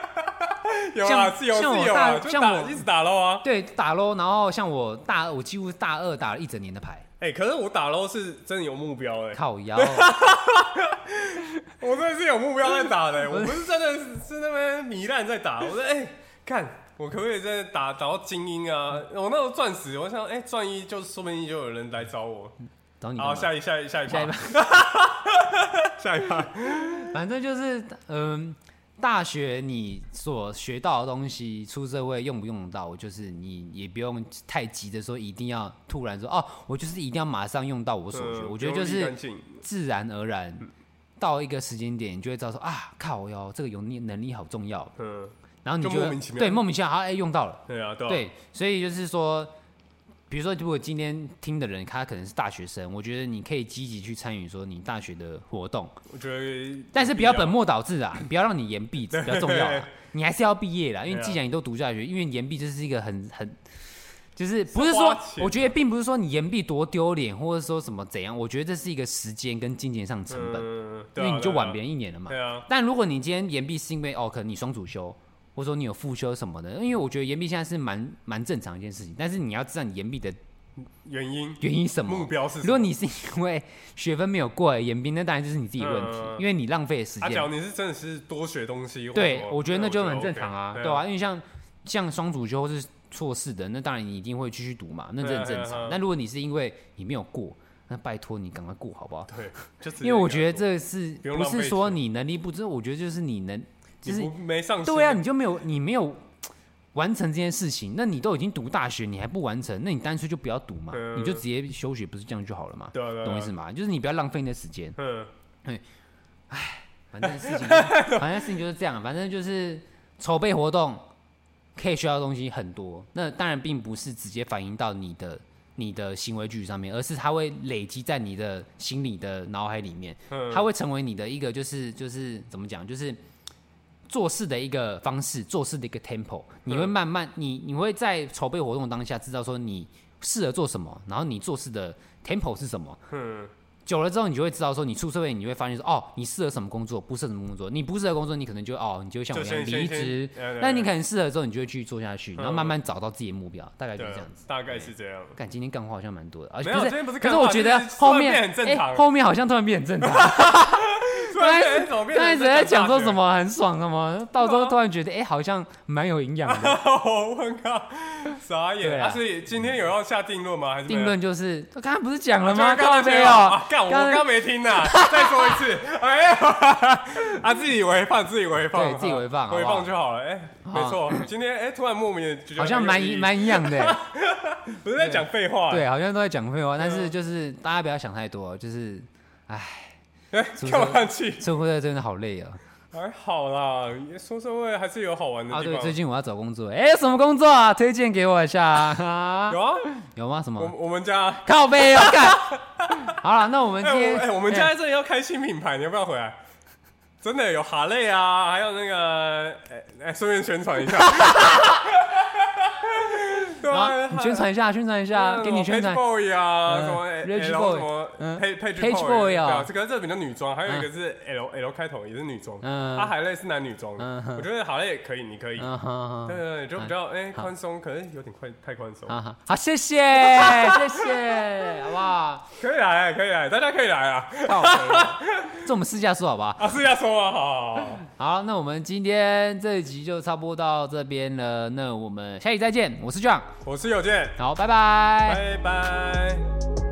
C: 有啊，
B: 像
C: 自由
B: 像我
C: 自由
B: 大
C: 啊，就
B: 像
C: 打
B: 我
C: 一直打喽啊。
B: 对，打喽，然后像我大，我几乎大二打了一整年的牌，
C: 哎，可是我打喽是真的有目标哎，
B: 靠 腰。
C: 我真的是有目标在打的欸，我不是真的是是那边糜烂在打，我说哎，看。我可不可以真的打打到精英啊？我那时候钻石，我想，哎、钻一就说不定就有人来找我。
B: 找你干嘛？
C: 好，下一下一下一
B: 下一
C: 把，下一把，
B: 反正就是，嗯、大学你所学到的东西，出社会用不用得到，就是你也不用太急的说一定要突然说哦，我就是一定要马上用到我所学。
C: 嗯
B: 我觉得
C: 不
B: 就
C: 用立
B: 是
C: 竿见影嗯
B: 自然而然。到一个时间点，你就会知道说啊，靠哟，这个有力能力好重要。
C: 嗯，
B: 然后你
C: 就
B: 会
C: 莫名其妙
B: 对莫名其妙，好哎、用到了。
C: 对啊，对啊，
B: 对，所以就是说，比如说，如果今天听的人他可能是大学生，我觉得你可以积极去参与说你大学的活动，
C: 我觉得，
B: 但是不要本末倒置啊，不要让你延毕比较重要
C: 对
B: 啊。你还是要毕业啦，因为
C: 对啊
B: 既然你都读下学，因为延毕就是一个很很，就是不
C: 是
B: 是说
C: 花钱，啊
B: 我觉得并不是说你延毕多丢脸，或者说什么怎样，我觉得这是一个时间跟金钱上的成本，
C: 嗯，
B: 因
C: 对啊
B: 为你就晚别
C: 对
B: 人一年了嘛
C: 啊。对啊，
B: 但如果你今天延毕是因为哦，可能你双主修，或者说你有复修什么的，因为我觉得延毕现在是蛮蛮正常的一件事情，但是你要知道你延毕的
C: 原因
B: 原因是什么。
C: 目标是什么
B: 如果你是因为学分没有过而延毕，那当然就是你自己的问题，
C: 嗯
B: 因为你浪费了时
C: 啊，
B: 间
C: 假。如你是真的是多学东西，
B: 对，
C: 或
B: 我觉得那就很正
C: OK，
B: 常啊，
C: 对
B: 对吧、啊？因为像像双主修或是硕士的，那当然你一定会继续读嘛，那这很
C: 对啊
B: 正
C: 对啊
B: 常。那如果你是因为你没有过，那拜托你赶快过好不好？
C: 对，就直接
B: 因为我觉得
C: 给
B: 这是
C: 不用
B: 不
C: 浪费
B: 是说你能力不足，我觉得就是你能就是
C: 你不没上心
B: 对啊，你就没有你没有完成这件事情，那你都已经读大学，你还不完成，那你干脆就不要读嘛，
C: 嗯
B: 你就直接休学，不是这样就好了嘛？
C: 对啊对啊
B: 懂我意思吗？就是你不要浪费你的时间。
C: 嗯，
B: 反正事情就是， 反正事情就是这样，反正就是筹备活动可以学到的东西很多。那当然并不是直接反映到你的你的行为举止上面，而是它会累积在你的心里的脑海里面，
C: 嗯
B: 它会成为你的一个就是就是怎么讲，就是做事的一个方式，做事的一个 tempo。你会慢慢，你你会在筹备活动当下知道说你适合做什么，然后你做事的 tempo 是什么，
C: 嗯
B: 久了之后，你就会知道说，你出社会，你就会发现说，哦，你适合什么工作，不适合什么工作。你不适合工作，你可能就哦，你就会像我一
C: 就
B: 样
C: 先
B: 离
C: 先
B: 职
C: 先呃。
B: 那你可能适合之后，你就会去做下去，然后
C: 嗯
B: 慢慢找到自己的目标，大概就
C: 对
B: 是这
C: 啊
B: 样子，。
C: 大概是这样。
B: 感今天干话好像蛮多的，而且
C: 没有
B: 可
C: 今天不是
B: 可
C: 干
B: 是
C: 话
B: 我觉得
C: 就是突然
B: 后面
C: 变很正
B: 哎
C: 常了
B: 后面好像突然变很 正常。
C: 突
B: 刚
C: 然
B: 开始
C: 间哎怎么
B: 刚
C: 变成
B: 开始在讲说
C: 大学
B: 什？么很爽什么，到时
C: 对
B: 候
C: 啊
B: 突然觉得哎好像蛮有营养的。
C: 我靠，傻
B: 对
C: 眼！
B: 啊
C: 啊，所以今天有要下定论吗？还是没有
B: 定论就是，我刚刚不是讲了
C: 就
B: 吗？
C: 是刚
B: 靠
C: 刚
B: 背
C: 没有
B: 哦
C: 啊，干我
B: 刚
C: 刚没听呐， 再说一次，哎呦， 啊，自己回放，自己回放，
B: 对自己回放好不
C: 回
B: 好
C: 放就好了，哎，没错，今天哎，突然莫名的觉得
B: 好像
C: 很有
B: 蛮
C: 意义
B: 蛮营养的。
C: 不是在讲废话，
B: 对，好像都在讲废话，但
C: 啊
B: 是就是大家不要想太多，就是
C: 哎，
B: 是不是
C: 干嘛去？
B: 生活在真的好累啊！
C: 还好啦，说社会还是有好玩的
B: 啊，
C: 地
B: 对，最
C: 方。
B: 近我要找工作，哎，什么工作啊？推荐给我一下 啊！
C: 有啊，
B: 有吗？什
C: 我
B: 么？
C: 我们家，
B: 靠背 要干。好了，那我们
C: 哎，
B: 今天，
C: 我 哎，我们家在这里要开新品牌，你要不要回来？真的有哈雷啊，还有那个，哎哎，顺便宣传一下。 对
B: 啊，
C: 啊，
B: 你宣传一下，宣传一下，给你宣传
C: p。Boy 嗯啊，什么
B: 嗯
C: L
B: Rage
C: 什
B: Boy，
C: 么
B: 嗯
C: Page Page
B: Page Boy 啊
C: 对这个这比较女装，还有一个是 L L 开头也是女装，
B: 嗯
C: 啊海类是男女装
B: 嗯，哼
C: 我觉得好类也可以，你可以，对
B: 嗯好
C: 对对，就比较哎宽松，可能有点快太宽松，
B: 好好， 好，谢谢，谢谢，好不好？
C: 可以来可以来，大家可以来啊，
B: 靠背，这我们私下说好不好？
C: 啊是要说啊，好好，好
B: 好，那我们今天这一集就差不多到这边了，那我们下期再见，我是 John，
C: 我是有健，
B: 好，拜拜
C: 拜拜。